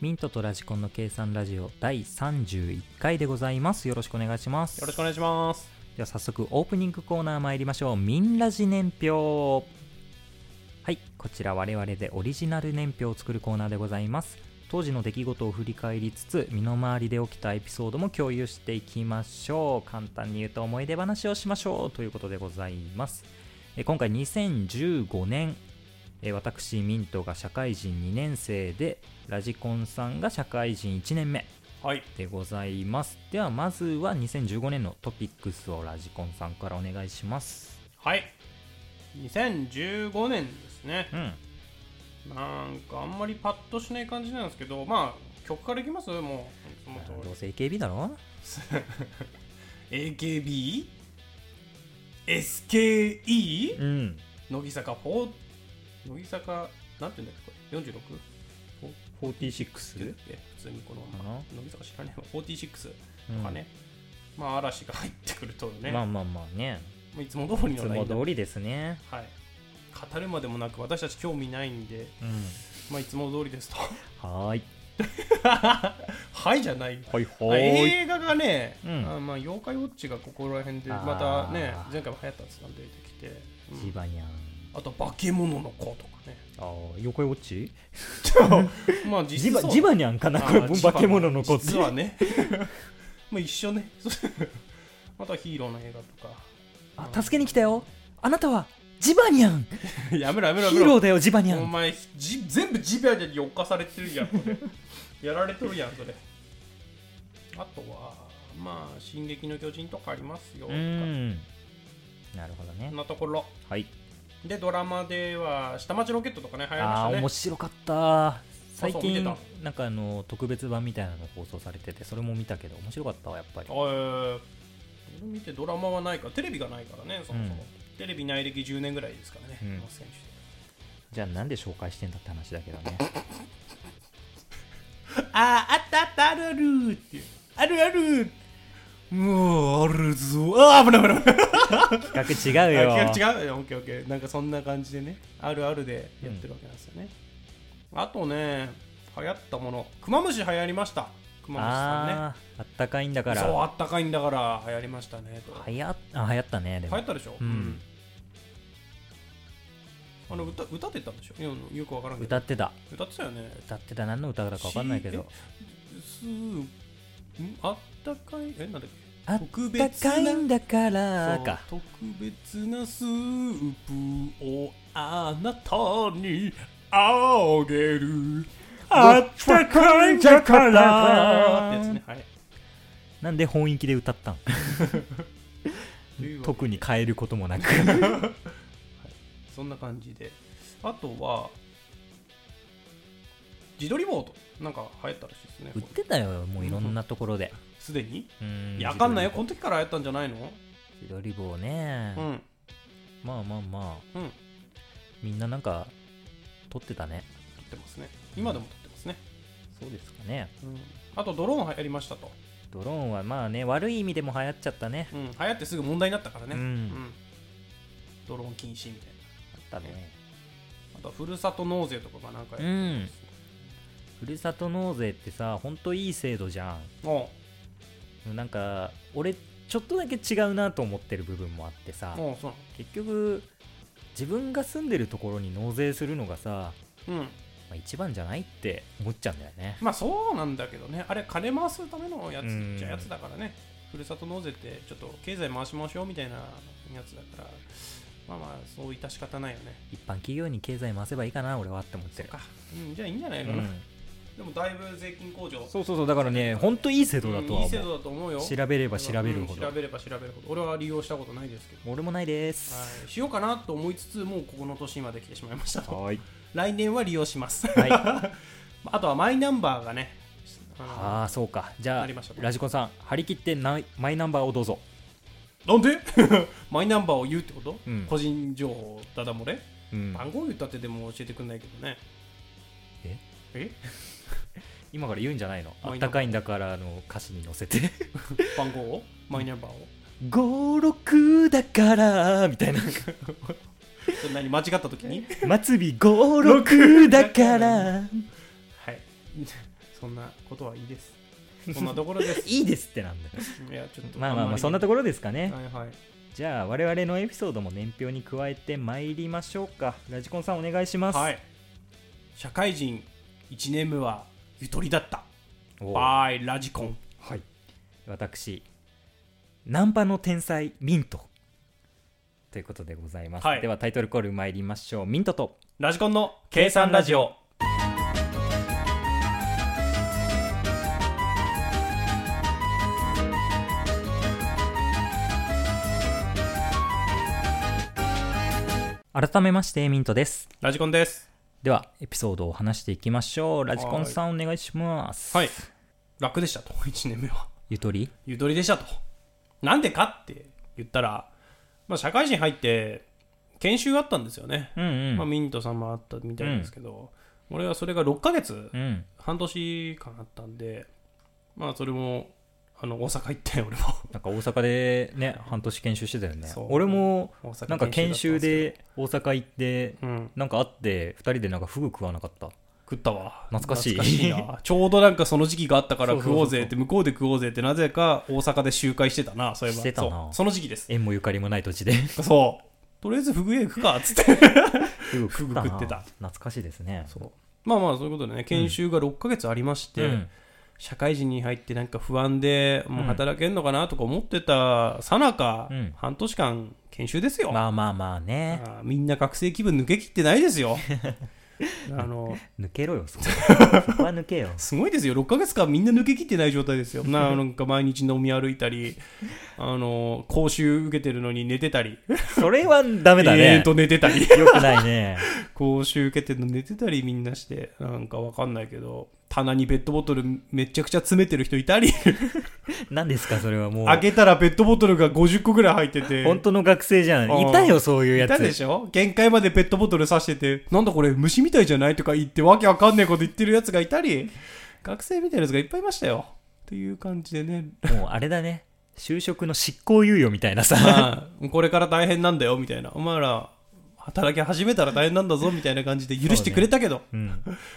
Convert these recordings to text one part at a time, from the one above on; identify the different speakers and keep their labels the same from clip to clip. Speaker 1: ミントとラジコンの計算ラジオ第31回でございますよろしくお願いします
Speaker 2: よろしくお願いします。
Speaker 1: では早速オープニングコーナー参りましょう「ミンラジ年表」はいこちら我々でオリジナル年表を作るコーナーでございます当時の出来事を振り返りつつ身の回りで起きたエピソードも共有していきましょう簡単に言うと思い出話をしましょうということでございますえー今回2015年えー私ミントが社会人2年生でラジコンさんが社会人1年目
Speaker 2: はい。
Speaker 1: でございますではまずは2015年のトピックスをラジコンさんからお願いします
Speaker 2: はい。2015年ですね。
Speaker 1: うん
Speaker 2: なんかあんまりパッとしない感じなんですけど、まあ、曲からいきますもう、その通
Speaker 1: ど
Speaker 2: り
Speaker 1: う。せ AKB だろ
Speaker 2: AKB? SKE?
Speaker 1: うん
Speaker 2: 乃木坂4乃木坂なんて言うんだっけこれ 46? って言っ
Speaker 1: 46
Speaker 2: て普通にこの
Speaker 1: かな
Speaker 2: 乃木坂知らねえわ46
Speaker 1: うん
Speaker 2: とかね、まあ嵐が入ってくるとね、
Speaker 1: ま
Speaker 2: ま
Speaker 1: あまあまあね
Speaker 2: あ、いつも通り
Speaker 1: い
Speaker 2: の
Speaker 1: つ
Speaker 2: ラインナ
Speaker 1: も
Speaker 2: ップ
Speaker 1: 通りですね
Speaker 2: はい、語るまでもなく私たち興味ないんで、
Speaker 1: うん
Speaker 2: まあ、いつも通りですと
Speaker 1: はーい
Speaker 2: はいじゃないよ
Speaker 1: はい
Speaker 2: あ映画がね、
Speaker 1: うん
Speaker 2: あまあ、妖怪ウォッチがここら辺で
Speaker 1: あー
Speaker 2: またね前回も流行ったんですが出てきて、うん
Speaker 1: 一番やん
Speaker 2: あと「化け物の子」とか ね
Speaker 1: あー妖怪ウォッチ
Speaker 2: まあ実
Speaker 1: ジ
Speaker 2: 質
Speaker 1: バ
Speaker 2: そう
Speaker 1: ジバニャンかなこれ
Speaker 2: あー
Speaker 1: 化け物の子って
Speaker 2: 実はね まあ一緒ね またヒーローの映画と
Speaker 1: あ助けに来たよあなたはジバニャン
Speaker 2: か やめろやめろや
Speaker 1: ヒー
Speaker 2: めろ
Speaker 1: ローだよジバニャ
Speaker 2: お
Speaker 1: ン
Speaker 2: 前じ全部ジビアでよっかされてるやんそれ やられとるやんそれあとはまあ「進撃の巨人」とかありますよ
Speaker 1: う
Speaker 2: とか
Speaker 1: んなるほどね
Speaker 2: そんなところ
Speaker 1: はい
Speaker 2: でドラマでは「下町ロケット」とかね流行りまし
Speaker 1: あ
Speaker 2: た
Speaker 1: あー
Speaker 2: ね
Speaker 1: 面白かった最
Speaker 2: そう見て
Speaker 1: 近
Speaker 2: た
Speaker 1: なんかあの特別版みたいなの放送されててそれも見たけど面白かったわやっぱり
Speaker 2: おい俺見てドラマはないからテレビがないからねそもそも、
Speaker 1: うん
Speaker 2: テレビ内歴10年ぐらいですからね、
Speaker 1: うん
Speaker 2: この選手
Speaker 1: じゃあなんで紹介してんだって話だけ どね
Speaker 2: あああったあったあるあるっていうあるあるもうあるぞああ危ない危ない危ない
Speaker 1: 企画違うよ
Speaker 2: あ違う違うオッケーオッケーなんかそんな感じでねあるあるでやってるわけなんですよね、あとね流行ったものクマムシ流行りましたクマムシさんね
Speaker 1: あーあったかいんだか
Speaker 2: そうあ
Speaker 1: ら
Speaker 2: ったかいんだから流行りましたねと
Speaker 1: はやあ流行ったねで
Speaker 2: 流
Speaker 1: も
Speaker 2: 行ったでしょ、
Speaker 1: うん
Speaker 2: あの歌歌ってたんでしょいやよくわからんけど
Speaker 1: 歌ってた
Speaker 2: 歌ってたよね
Speaker 1: 歌ってた何の歌だか分かんないけど
Speaker 2: すんあったかいえなんだっけ
Speaker 1: あっ
Speaker 2: 特
Speaker 1: た
Speaker 2: 別な
Speaker 1: かいんだから
Speaker 2: そう
Speaker 1: か
Speaker 2: 特別なスープをあなたにあげる
Speaker 1: あったかいんだから
Speaker 2: ってやつねはい
Speaker 1: なんで本域で歌 ったん
Speaker 2: というわけで
Speaker 1: 特に変えることも なく
Speaker 2: そんな感じであとは自撮りボードなんか流行ったらしいですね
Speaker 1: 売ってたよもういろんなところです
Speaker 2: でに
Speaker 1: うん
Speaker 2: いやわかんないよこ
Speaker 1: 自
Speaker 2: の時から流行ったんじゃないの
Speaker 1: 撮り棒ね
Speaker 2: うん
Speaker 1: まあまあまあ、
Speaker 2: うん
Speaker 1: みんななんか撮ってたね
Speaker 2: 撮ってますね今でも撮ってますね、
Speaker 1: そうですかね
Speaker 2: あとドローンはやりましたと、
Speaker 1: ドローンはまあね悪い意味でも流行っちゃったね
Speaker 2: うん、流行ってすぐ問題になったからね、
Speaker 1: うん
Speaker 2: んドローン禁止みたいな
Speaker 1: あったね
Speaker 2: あとはふるさと納税とかがなんか
Speaker 1: う
Speaker 2: やる
Speaker 1: んふるさと納税ってさほんといい制度じゃ
Speaker 2: お
Speaker 1: んなんか俺ちょっとだけ違うなと思ってる部分もあってさ
Speaker 2: うおうそう
Speaker 1: 結局自分が住んでるところに納税するのがさ、ま
Speaker 2: なのうん
Speaker 1: あ、一番じゃないって思っちゃうんだよね
Speaker 2: まあそうなんだけどねあれ金回すためのや
Speaker 1: うん
Speaker 2: つじゃやつだからねふるさと納税ってちょっと経済回しましょうみたいなやつだからまあまあそういた仕方ないよね
Speaker 1: 一般企業に経済回せばいいかな俺はって思って
Speaker 2: そっ
Speaker 1: る
Speaker 2: か、うん、じゃあいいんじゃないかな、でもだいぶ税金控除
Speaker 1: そうそうそうだからねほんといい制度だとは
Speaker 2: うんいい制
Speaker 1: 思
Speaker 2: 度だと思う
Speaker 1: う
Speaker 2: よ
Speaker 1: 調べれば調べるほ
Speaker 2: うん
Speaker 1: ど
Speaker 2: 調べれば調べるほど俺は利用したことないですけど
Speaker 1: 俺もないです
Speaker 2: はい、しようかなと思いつつもうここの年まで来てしまいましたと
Speaker 1: はい
Speaker 2: 来年は利用します
Speaker 1: はい
Speaker 2: あとはマイナンバーがね
Speaker 1: ああそうかじゃ
Speaker 2: な
Speaker 1: あ
Speaker 2: りましたね
Speaker 1: ラジコンさん張り切ってないマイナンバーをどうぞ
Speaker 2: なんで マイナンバーを言うってこと、
Speaker 1: うん
Speaker 2: 個人情報ダダ漏れ、
Speaker 1: うん
Speaker 2: 番号言ったってでも教えてくんないけどね
Speaker 1: え
Speaker 2: え
Speaker 1: 今から言うんじゃないのあ
Speaker 2: マ
Speaker 1: っ
Speaker 2: イナ
Speaker 1: た
Speaker 2: ンバ
Speaker 1: かいんだからの歌詞に乗せて
Speaker 2: 番号をマイナンバーを
Speaker 1: 56だからみたいな
Speaker 2: それ何間違った時に
Speaker 1: 末尾56だから。
Speaker 2: はい そんなことはいいです。そんなところで す
Speaker 1: いいですってなんだよ
Speaker 2: いや、ちょっと。
Speaker 1: まあまあまあそんなと
Speaker 2: こ
Speaker 1: ころですかね、
Speaker 2: はいはい。
Speaker 1: じゃあ我々のエピソードも年表に加えて参りましょうかラジコンさんお願いします、
Speaker 2: はい。社会人1年目はゆとりだった。
Speaker 1: おー
Speaker 2: バイラジコン。
Speaker 1: はい私ナンパの天才ミントということでございます、
Speaker 2: はい
Speaker 1: ではタイトルコール参りましょうミントと
Speaker 2: ラジコンの計算ラジオ。
Speaker 1: 改めましてミントです
Speaker 2: ラジコンです。
Speaker 1: ではエピソードを話していきましょうラジコンさんお願いします
Speaker 2: はい。楽でしたと、1年目 は。
Speaker 1: ゆとり
Speaker 2: ゆとりでしたと。なんでかって言ったら、まあ、社会人入って研修があったんですよね。
Speaker 1: うんうん、
Speaker 2: まあ、ミントさんもあったみたいですけど、俺はそれが6ヶ月、
Speaker 1: うん
Speaker 2: 半年間あったんで、まあ、それも、あの、大阪行って、俺も。
Speaker 1: なんか大阪でね半年研修してたよね
Speaker 2: そう
Speaker 1: 俺も
Speaker 2: 大阪
Speaker 1: なんか研修で大阪行って
Speaker 2: だったんですけど、うん、
Speaker 1: なんかあって2人でなんかフグ食わなかった
Speaker 2: 食ったわ。
Speaker 1: 懐かしい
Speaker 2: な ちょうどなんかその時期があったから
Speaker 1: そうそうそう
Speaker 2: 食おうぜって、向こうで食おうぜって、なぜか大阪で集会してたな、そういえば。
Speaker 1: してたな
Speaker 2: そうその時期です。
Speaker 1: 縁もゆかりもない土地で
Speaker 2: そう。とりあえず、フグ屋行くか、つって。
Speaker 1: フグ
Speaker 2: フグ食ってた
Speaker 1: 懐かしいですね
Speaker 2: そうまあまあそういうことでね研修が6ヶ月ありまして、
Speaker 1: うん
Speaker 2: 社会人に入ってなんか不安でもううん働けんのかなとか思ってたさなか
Speaker 1: うん
Speaker 2: 半年間研修ですよ、
Speaker 1: まあまあまあね
Speaker 2: あーみんな学生気分抜けきってないです よあの
Speaker 1: 抜けろよ そこそこは抜けよ
Speaker 2: すごいですよ6ヶ月間みんな抜けきってない状態です よななんか毎日飲み歩いたりあの講習受けてるのに寝てたり
Speaker 1: それはダメだ
Speaker 2: 永
Speaker 1: ね
Speaker 2: 遠と寝て たり
Speaker 1: よくないね
Speaker 2: 講習受けてんの寝てたりみんなしてなんかわかんないけど棚にペットボトルめちゃくちゃ詰めてる人いたり
Speaker 1: 何ですかそれはも
Speaker 2: 開
Speaker 1: う
Speaker 2: けたらペットボトルが50個ぐらい入ってて
Speaker 1: 本当の学生じゃ
Speaker 2: あ
Speaker 1: ん
Speaker 2: ー
Speaker 1: いたよそういう
Speaker 2: い
Speaker 1: や
Speaker 2: たで
Speaker 1: つ
Speaker 2: しょ限界までペットボトル刺しててなんだこれ虫みたいじゃないとか言ってわけわかんないこと言ってるやつがいたり学生みたいなやつがいっぱいいましたよっていう感じでね
Speaker 1: もうあれだね就職の執行猶予みたいな さ
Speaker 2: まあこれから大変なんだよみたいなお前ら働き始めたら大変なんだぞみたいな感じで許してくれたけど、
Speaker 1: うん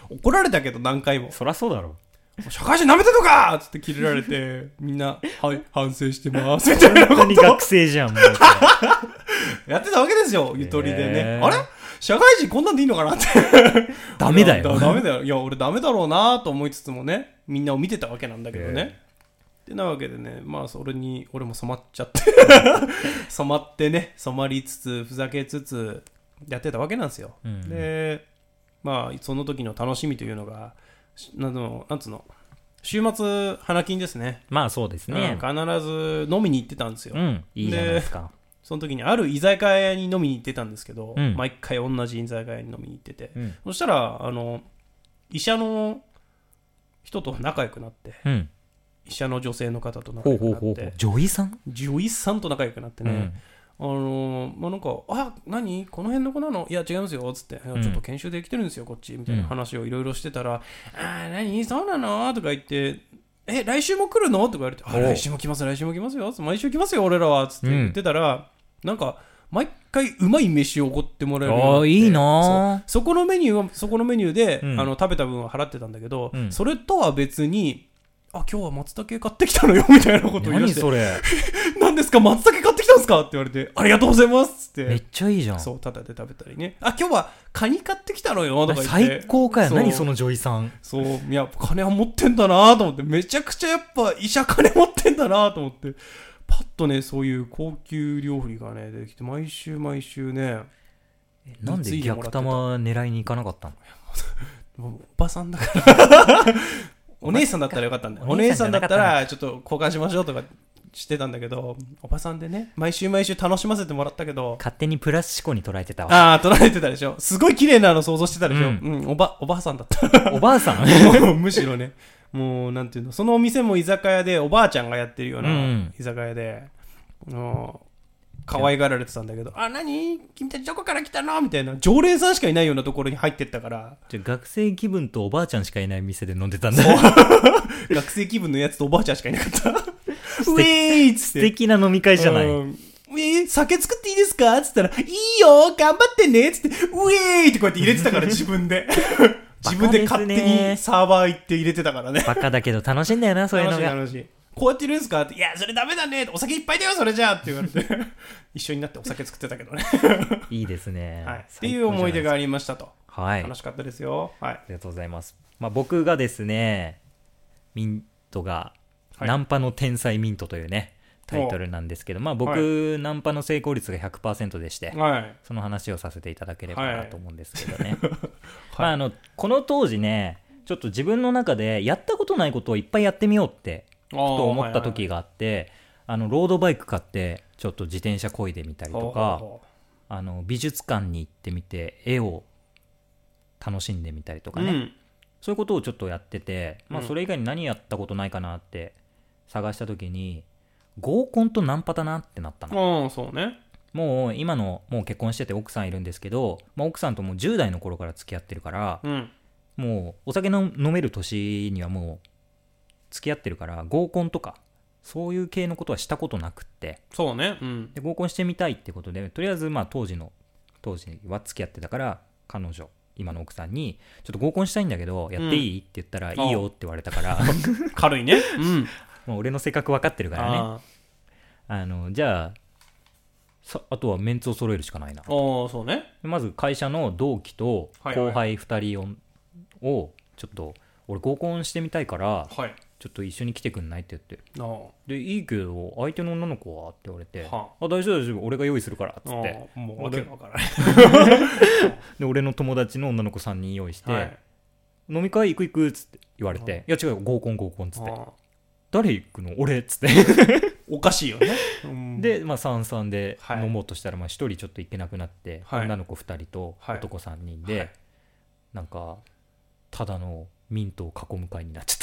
Speaker 2: 怒られたけど何回も
Speaker 1: そりゃそうだろ
Speaker 2: 社会人舐めてんのかっつってキレられて、みんな、はい、反省してます、みたい な
Speaker 1: 本
Speaker 2: こ
Speaker 1: 当に
Speaker 2: と
Speaker 1: 学生じゃ んもうそれ
Speaker 2: やってたわけですよ、ゆとりで
Speaker 1: へ
Speaker 2: ね。
Speaker 1: ー
Speaker 2: あれ社会人こんなんでいいのかなって。
Speaker 1: ダメだ
Speaker 2: いや
Speaker 1: よ
Speaker 2: ダメだよ。いや、俺ダメだろうなと思いつつもね、みんなを見てたわけなんだけどね。ってなわけでね、まあ、それに、俺も染まっちゃ って。染まってね、染まりつつ、ふざけつつ、やってたわけなんですよ。
Speaker 1: うん
Speaker 2: で、まあ、その時の楽しみというのが、しなんのなんつうの、週末、花金ですね。
Speaker 1: まあそうですね
Speaker 2: うん必ず飲みに行ってたんですよ、
Speaker 1: うんいいじゃないですか
Speaker 2: その時にある居酒屋に飲みに行ってたんですけど、
Speaker 1: うん
Speaker 2: 毎回同じ居酒屋に飲みに行ってて、
Speaker 1: うん
Speaker 2: そしたらあの医者の人と仲良くなって
Speaker 1: うん
Speaker 2: 医者の女性の方と仲
Speaker 1: ほう
Speaker 2: 良く
Speaker 1: ほう
Speaker 2: な
Speaker 1: ほうほ
Speaker 2: っ
Speaker 1: う
Speaker 2: て
Speaker 1: 女医さん
Speaker 2: 獣医さんと仲良くなって
Speaker 1: う
Speaker 2: ね、
Speaker 1: ん
Speaker 2: あのまあ、なんか、あ何この辺の子なのいや、違いますよ、つって、
Speaker 1: ん
Speaker 2: ちょっと研修で来てるんですよ、こっち、みたいな話をいろいろしてたら、あー、何そうなのとか言って、え、来週も来るのとか言われて、あ、
Speaker 1: おう
Speaker 2: 来週も来ます、来週も来ますよ、毎週来ますよ、俺らは、つって
Speaker 1: うん
Speaker 2: 言ってたら、なんか、毎回うまい飯をおごってもらえるようになっ
Speaker 1: あ
Speaker 2: て
Speaker 1: あいい
Speaker 2: そう
Speaker 1: な
Speaker 2: そこのメニューはそこのメニューで、
Speaker 1: うん
Speaker 2: あの食べた分は払ってたんだけど、
Speaker 1: うん
Speaker 2: それとは別にあ今日は松茸買ってきたのよみたいなことを言い出
Speaker 1: 何
Speaker 2: して
Speaker 1: それ
Speaker 2: 何ですか松茸買ってきたんですか?」って言われて「ありがとうございます」っつっ
Speaker 1: めってちゃいいじゃん
Speaker 2: そうタダで食べたりね「あ今日はカニ買ってきたのよ」とか言って
Speaker 1: 最高かよ
Speaker 2: そう
Speaker 1: 何その女医さん
Speaker 2: そういや金は持ってんだなと思ってめちゃくちゃやっぱ医者金持ってんだなと思ってパッとねそういう高級料理がね出てきて毎週毎週ね
Speaker 1: なんで逆玉狙いに行かなかったの
Speaker 2: もうおばさんだから お姉さんだったらよかったんだよ
Speaker 1: お
Speaker 2: お
Speaker 1: 姉
Speaker 2: 姉
Speaker 1: さ
Speaker 2: さ
Speaker 1: ん
Speaker 2: ん
Speaker 1: じゃな
Speaker 2: だ
Speaker 1: か
Speaker 2: っ
Speaker 1: った
Speaker 2: た
Speaker 1: な
Speaker 2: らちょっと交換しましょうとかしてたんだけどおばさんでね毎週毎週楽しませてもらったけど
Speaker 1: 勝手にプラス思考に捉えてたわ
Speaker 2: ああ、取られてたでしょ。すごい綺麗なの想像してたでしょ。
Speaker 1: う
Speaker 2: うんん、おば、おばあさんだ った。
Speaker 1: おばあさん
Speaker 2: もうむしろね。もう、なんていうの。そのお店も居酒屋で、おばあちゃんがやってるよう
Speaker 1: う
Speaker 2: なん居酒屋で、もう可愛がられてたんだけど、あ、何君たちどこから来たのみたいな。常連さんしかいないようなところに入ってったから、
Speaker 1: じゃあ学生気分とおばあちゃんしかいない店で飲んでたんだ
Speaker 2: 学生気分のやつとおばあちゃんしかいなか った。ウ
Speaker 1: 敵
Speaker 2: ェ ーイっつ っ
Speaker 1: 素
Speaker 2: て。
Speaker 1: 敵な飲み会じゃない
Speaker 2: うんえー酒作っていいで すかっつったら、いいよ頑張ってねっつって、ウェーイってこうやって入れてたから、自分で。自分で勝
Speaker 1: バカです
Speaker 2: 手
Speaker 1: ね
Speaker 2: にサーバー行って入れてたからね。
Speaker 1: バカだけど楽しいんだよな、そういうの
Speaker 2: 楽しい
Speaker 1: が。
Speaker 2: 楽しい。こうやって入れるんですかって、いや、それダメだね。お酒いっぱいだよ、それじゃあって言わ れて。一緒になってお酒作ってたけどね。
Speaker 1: いいですね。
Speaker 2: はい。って
Speaker 1: 最
Speaker 2: い
Speaker 1: 高
Speaker 2: う思い出があ
Speaker 1: じ
Speaker 2: りましたと。
Speaker 1: ゃないですか。は
Speaker 2: 楽
Speaker 1: い。
Speaker 2: しかったですよ。はい
Speaker 1: あ。りがとうございます。まあ僕がですね、ミントが、
Speaker 2: はい
Speaker 1: ナンパの天才ミントというね、タイトルなんですけど、まあ僕、ナンパの成功率が100%でして、
Speaker 2: はい。
Speaker 1: その話をさせていただければなと思うんですけどね。
Speaker 2: はい
Speaker 1: まああの、この当時ね、ちょっと自分の中でやったことないことをいっぱいやってみようってふ
Speaker 2: ふ
Speaker 1: と思った時があってあのロードバイク買ってちょっと自転車漕いでみたりとかあの美術館に行ってみて絵を楽しんでみたりとかね、
Speaker 2: ね。
Speaker 1: そういうことをちょっとやってて、まあ、
Speaker 2: うん
Speaker 1: それ以外に何やったことないかなって探した時に合コンとナンパだなってなったの
Speaker 2: うん、そうね。
Speaker 1: もう今のもう結婚してて奥さんいるんですけど、まあ、奥さんともう10代の頃から付き合ってるから
Speaker 2: うん。
Speaker 1: もうお酒の飲める年にはもう付き合ってるから合コンとかそういう系のことはしたことなくって
Speaker 2: そうね。 うん。
Speaker 1: で合コンしてみたいってことでとりあえずまあ当時の当時は付き合ってたから彼女今の奥さんに「ちょっと合コンしたいんだけどやっていい?」って言ったら「
Speaker 2: ああ
Speaker 1: いいよ」って言われたから
Speaker 2: 軽いね。うん。
Speaker 1: まあ俺の性格分かってるからね
Speaker 2: あ
Speaker 1: あのじゃあさあとはメンツを揃えるしかないな
Speaker 2: あ。おーそうね。
Speaker 1: まず会社の同期と
Speaker 2: はいはい
Speaker 1: 後輩2人を,、をちょっと俺合コンしてみたいから
Speaker 2: はい。
Speaker 1: ちょっと一緒に来てくんないって言って
Speaker 2: なあ。
Speaker 1: でいいけど相手の女の子はって言われて、
Speaker 2: は
Speaker 1: あ大丈夫大丈夫俺が用意するからっつって
Speaker 2: あーもうわけがわからない。
Speaker 1: で俺の友達の女の子3人用意して、
Speaker 2: はい
Speaker 1: 飲み会行く行くっつって言われ
Speaker 2: うん
Speaker 1: て、いや違う合コン合コンっつって
Speaker 2: あー
Speaker 1: 誰行くの俺っつって、
Speaker 2: おかしいよ ね。うん、
Speaker 1: でまあ三々で
Speaker 2: はい
Speaker 1: 飲もうとしたら、まあ、1人ちょっと行けなくなって、
Speaker 2: はい
Speaker 1: 女の子2人と
Speaker 2: はい
Speaker 1: 男3人で、
Speaker 2: で、はい
Speaker 1: なんかただのミントを囲む会になっちゃっ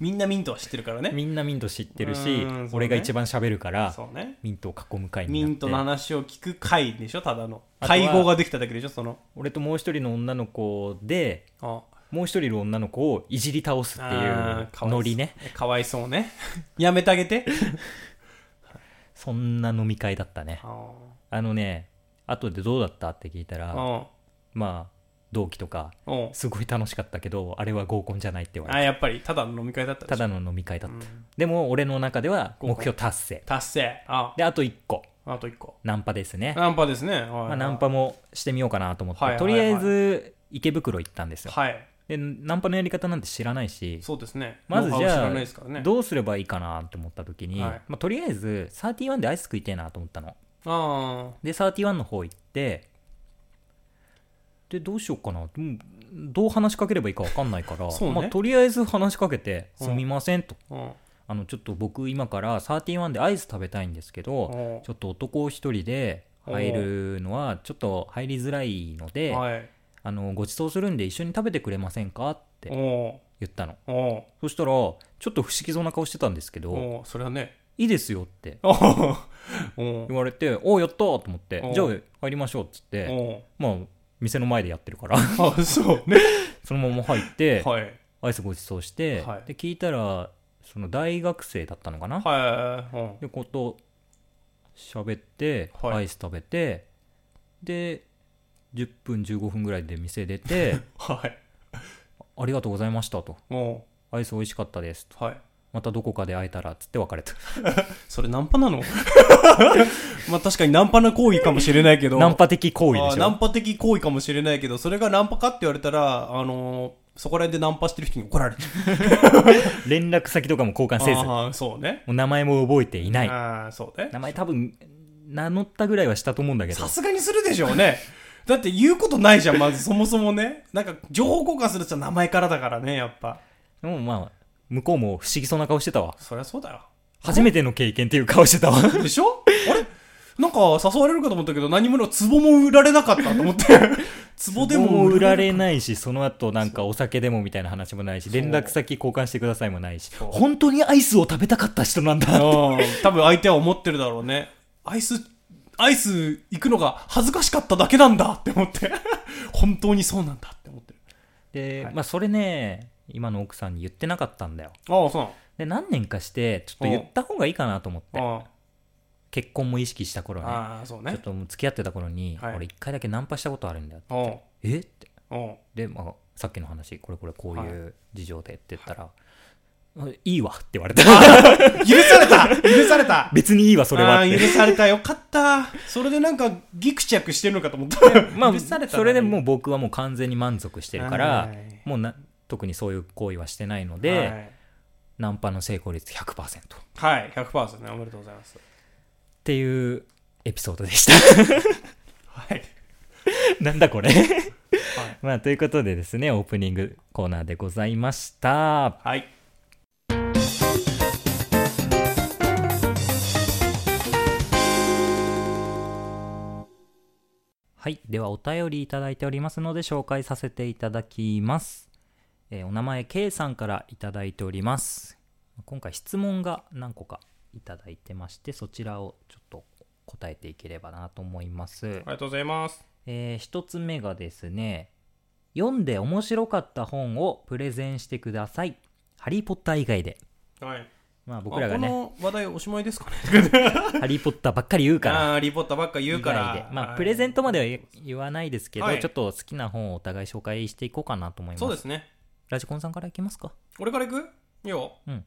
Speaker 2: みんなミントは知ってるから
Speaker 1: て
Speaker 2: ね。
Speaker 1: みんなミント知ってるし、
Speaker 2: うーんそうね
Speaker 1: 俺が一番喋るから
Speaker 2: そうね。
Speaker 1: ミントを囲む会に
Speaker 2: ミ
Speaker 1: なって
Speaker 2: ントの話を聞く会でしょ、ただの。
Speaker 1: あとは
Speaker 2: 会合ができただけでしょ、その。
Speaker 1: 俺ともう一人の女の子で
Speaker 2: あ
Speaker 1: もう一人の女の子をいじり倒すっていうノリね。
Speaker 2: あーかわいそうかわいそうね。 やめてあげて。
Speaker 1: そんな飲み会だったね
Speaker 2: あ
Speaker 1: あのね、後でどうだったって聞いたら、
Speaker 2: あ。
Speaker 1: まあ、同期とか、
Speaker 2: うん。
Speaker 1: すごい楽しかったけど、あれは合コンじゃないって言わ
Speaker 2: あ
Speaker 1: れ
Speaker 2: やっぱりただの飲み会だった
Speaker 1: た。
Speaker 2: で
Speaker 1: た
Speaker 2: しょ
Speaker 1: だの飲み会だっ
Speaker 2: う
Speaker 1: た。
Speaker 2: ん
Speaker 1: でも、俺の中では
Speaker 2: 合コン
Speaker 1: 目標達成。
Speaker 2: 達成あ
Speaker 1: で、あと1個、
Speaker 2: あと1個
Speaker 1: ナンパですね。
Speaker 2: ナンパですね、はい
Speaker 1: まあ、ナンパもしてみようかなと思って、
Speaker 2: はいはい
Speaker 1: とりあえず池袋行ったんですよ。
Speaker 2: はい
Speaker 1: で、ナンパのやり方なんて知らないし、
Speaker 2: そうですね
Speaker 1: まずじ
Speaker 2: ノウハウ知
Speaker 1: ゃ
Speaker 2: ら
Speaker 1: あ、
Speaker 2: ないですからね
Speaker 1: どうすればいいかなと思った時に、
Speaker 2: はい
Speaker 1: まあ、とりあえず31でアイス食いたいなと思ったの。
Speaker 2: あ
Speaker 1: で31の方行ってでどうしようかなうんどう話しかければいいか分かんないから、
Speaker 2: そうね
Speaker 1: まあ、とりあえず話しかけて「
Speaker 2: うん
Speaker 1: すみません」と
Speaker 2: あ、うん
Speaker 1: 「あのちょっと僕今から31でアイス食べたいんですけど
Speaker 2: うん
Speaker 1: ちょっと男一人で入るのはちょっと入りづらいので
Speaker 2: はい
Speaker 1: あのご馳走するんで一緒に食べてくれませんか?」って
Speaker 2: おお
Speaker 1: 言ったの
Speaker 2: うお
Speaker 1: そしたらちょっと不思議そうな顔してたんですけ
Speaker 2: う
Speaker 1: ど
Speaker 2: おうそれはね
Speaker 1: 「いいですよ」って
Speaker 2: おおおう
Speaker 1: 言われて「おおやった!」と思って
Speaker 2: う
Speaker 1: 「
Speaker 2: ん
Speaker 1: じゃあ入りましょう」っつって
Speaker 2: おう
Speaker 1: まあ店の前でやってる から
Speaker 2: あそうね
Speaker 1: そのまま入って、
Speaker 2: はい
Speaker 1: アイスごちそうして、
Speaker 2: はい
Speaker 1: で聞いたらその大学生だったのかな、
Speaker 2: はいうん
Speaker 1: でこと喋って、
Speaker 2: はい
Speaker 1: アイス食べてで10分15分ぐらいで店出 て
Speaker 2: はい
Speaker 1: ありがとうございましたと
Speaker 2: おう
Speaker 1: アイス美味しかったですと
Speaker 2: はい
Speaker 1: またどこかで会えたらっつって別れた
Speaker 2: それナンパなの まあ確かにナンパな行為かもしれないけど
Speaker 1: ナンパ的行為
Speaker 2: あ
Speaker 1: で
Speaker 2: ー
Speaker 1: し
Speaker 2: ナ
Speaker 1: ょ
Speaker 2: ンパ的行為かもしれないけど、それがナンパかって言われたら、あのーそこら辺でナンパしてる人に怒られちゃ
Speaker 1: 連絡先とかも交換
Speaker 2: う。
Speaker 1: せずも
Speaker 2: あーそうね。
Speaker 1: う名前も覚えていない
Speaker 2: ああ、そうね。
Speaker 1: 名前多分名乗ったぐらいはしたと思うんだけど
Speaker 2: さすがにするでしょうね。だって言うことないじゃん、まずそもそもね。なんか、情報交換するって名前からだからね、やっぱ。
Speaker 1: でもまあ向こうも不思議そうな顔してたわ
Speaker 2: そりゃそうだよ。
Speaker 1: 初めての経験っていう顔してたわ
Speaker 2: でしょあれなんか誘われるかと思ったけど、何もの壺も売られなかったと思 って。壺で
Speaker 1: でも
Speaker 2: も
Speaker 1: 売
Speaker 2: 売ら
Speaker 1: ら
Speaker 2: れ
Speaker 1: れないしその後なんかお酒でもみたいな話もないし
Speaker 2: そう
Speaker 1: 連絡先交換してくださいもないし
Speaker 2: そう
Speaker 1: 本当にアイスを食べたかった人なんだ
Speaker 2: うん多分相手は思ってるだろうね。アイス、アイス行くのが恥ずかしかっただけなんだって思って。 本当にそうなんだって思ってる。
Speaker 1: で、
Speaker 2: はい
Speaker 1: まあそれね今の奥さんに言ってなかったんだよ
Speaker 2: ああ、そう
Speaker 1: で何年かしてちょっと言った方がいいかなと思って
Speaker 2: あ
Speaker 1: 結婚も意識した頃
Speaker 2: あ
Speaker 1: ね
Speaker 2: ああ、そう
Speaker 1: ちょ
Speaker 2: ね
Speaker 1: っ。ともう付き合ってた頃に、
Speaker 2: はい
Speaker 1: 俺一回だけナンパしたことあるんだよ
Speaker 2: おう
Speaker 1: えって
Speaker 2: うん
Speaker 1: で、まあ、さっきの話これこれこう
Speaker 2: はい
Speaker 1: いう事情でって言ったら、あいいわって言われ た
Speaker 2: 許された許された
Speaker 1: 別にいい わそれは
Speaker 2: あ
Speaker 1: っ
Speaker 2: ー
Speaker 1: て
Speaker 2: 許されたよかったそれでなんかギクチャクしてるのかと思った、
Speaker 1: まあ
Speaker 2: 許されたな
Speaker 1: それでもう僕はもう完全に満足してるから、
Speaker 2: はい
Speaker 1: もうな特にそういう行為はしてないので、
Speaker 2: はい
Speaker 1: ナンパの成功率100%っ
Speaker 2: はい、100%ねおめでとうございます
Speaker 1: ていうエピソードでした
Speaker 2: はい
Speaker 1: なんだこれ、 まあということでですねオープニングコーナーでございました
Speaker 2: はい
Speaker 1: はい。では、お便りいただいておりますので、紹介させていただきます。えーお名前、K さんからいただいております。今回、質問が何個かいただいてまして、そちらをちょっと答えていければなと思います
Speaker 2: あり。がとうございます
Speaker 1: えー一つ目がですね、読んで面白かった本をプレゼンしてください。ハリー・ポッター以外で。
Speaker 2: はい
Speaker 1: まあ、僕らがね、
Speaker 2: あこの話題おしま いですかね
Speaker 1: ハリー・ポッターばっかり言うから。
Speaker 2: あーリポッターばっか言うか
Speaker 1: 以外
Speaker 2: ら
Speaker 1: でまあ、
Speaker 2: はい
Speaker 1: プレゼントまでは言言わないですけど、
Speaker 2: はい
Speaker 1: ちょっと好きな本をお互い紹介していこうかなと思います
Speaker 2: そうですね
Speaker 1: ラジコンさんからいきますか
Speaker 2: 俺から行くいいよ、
Speaker 1: うん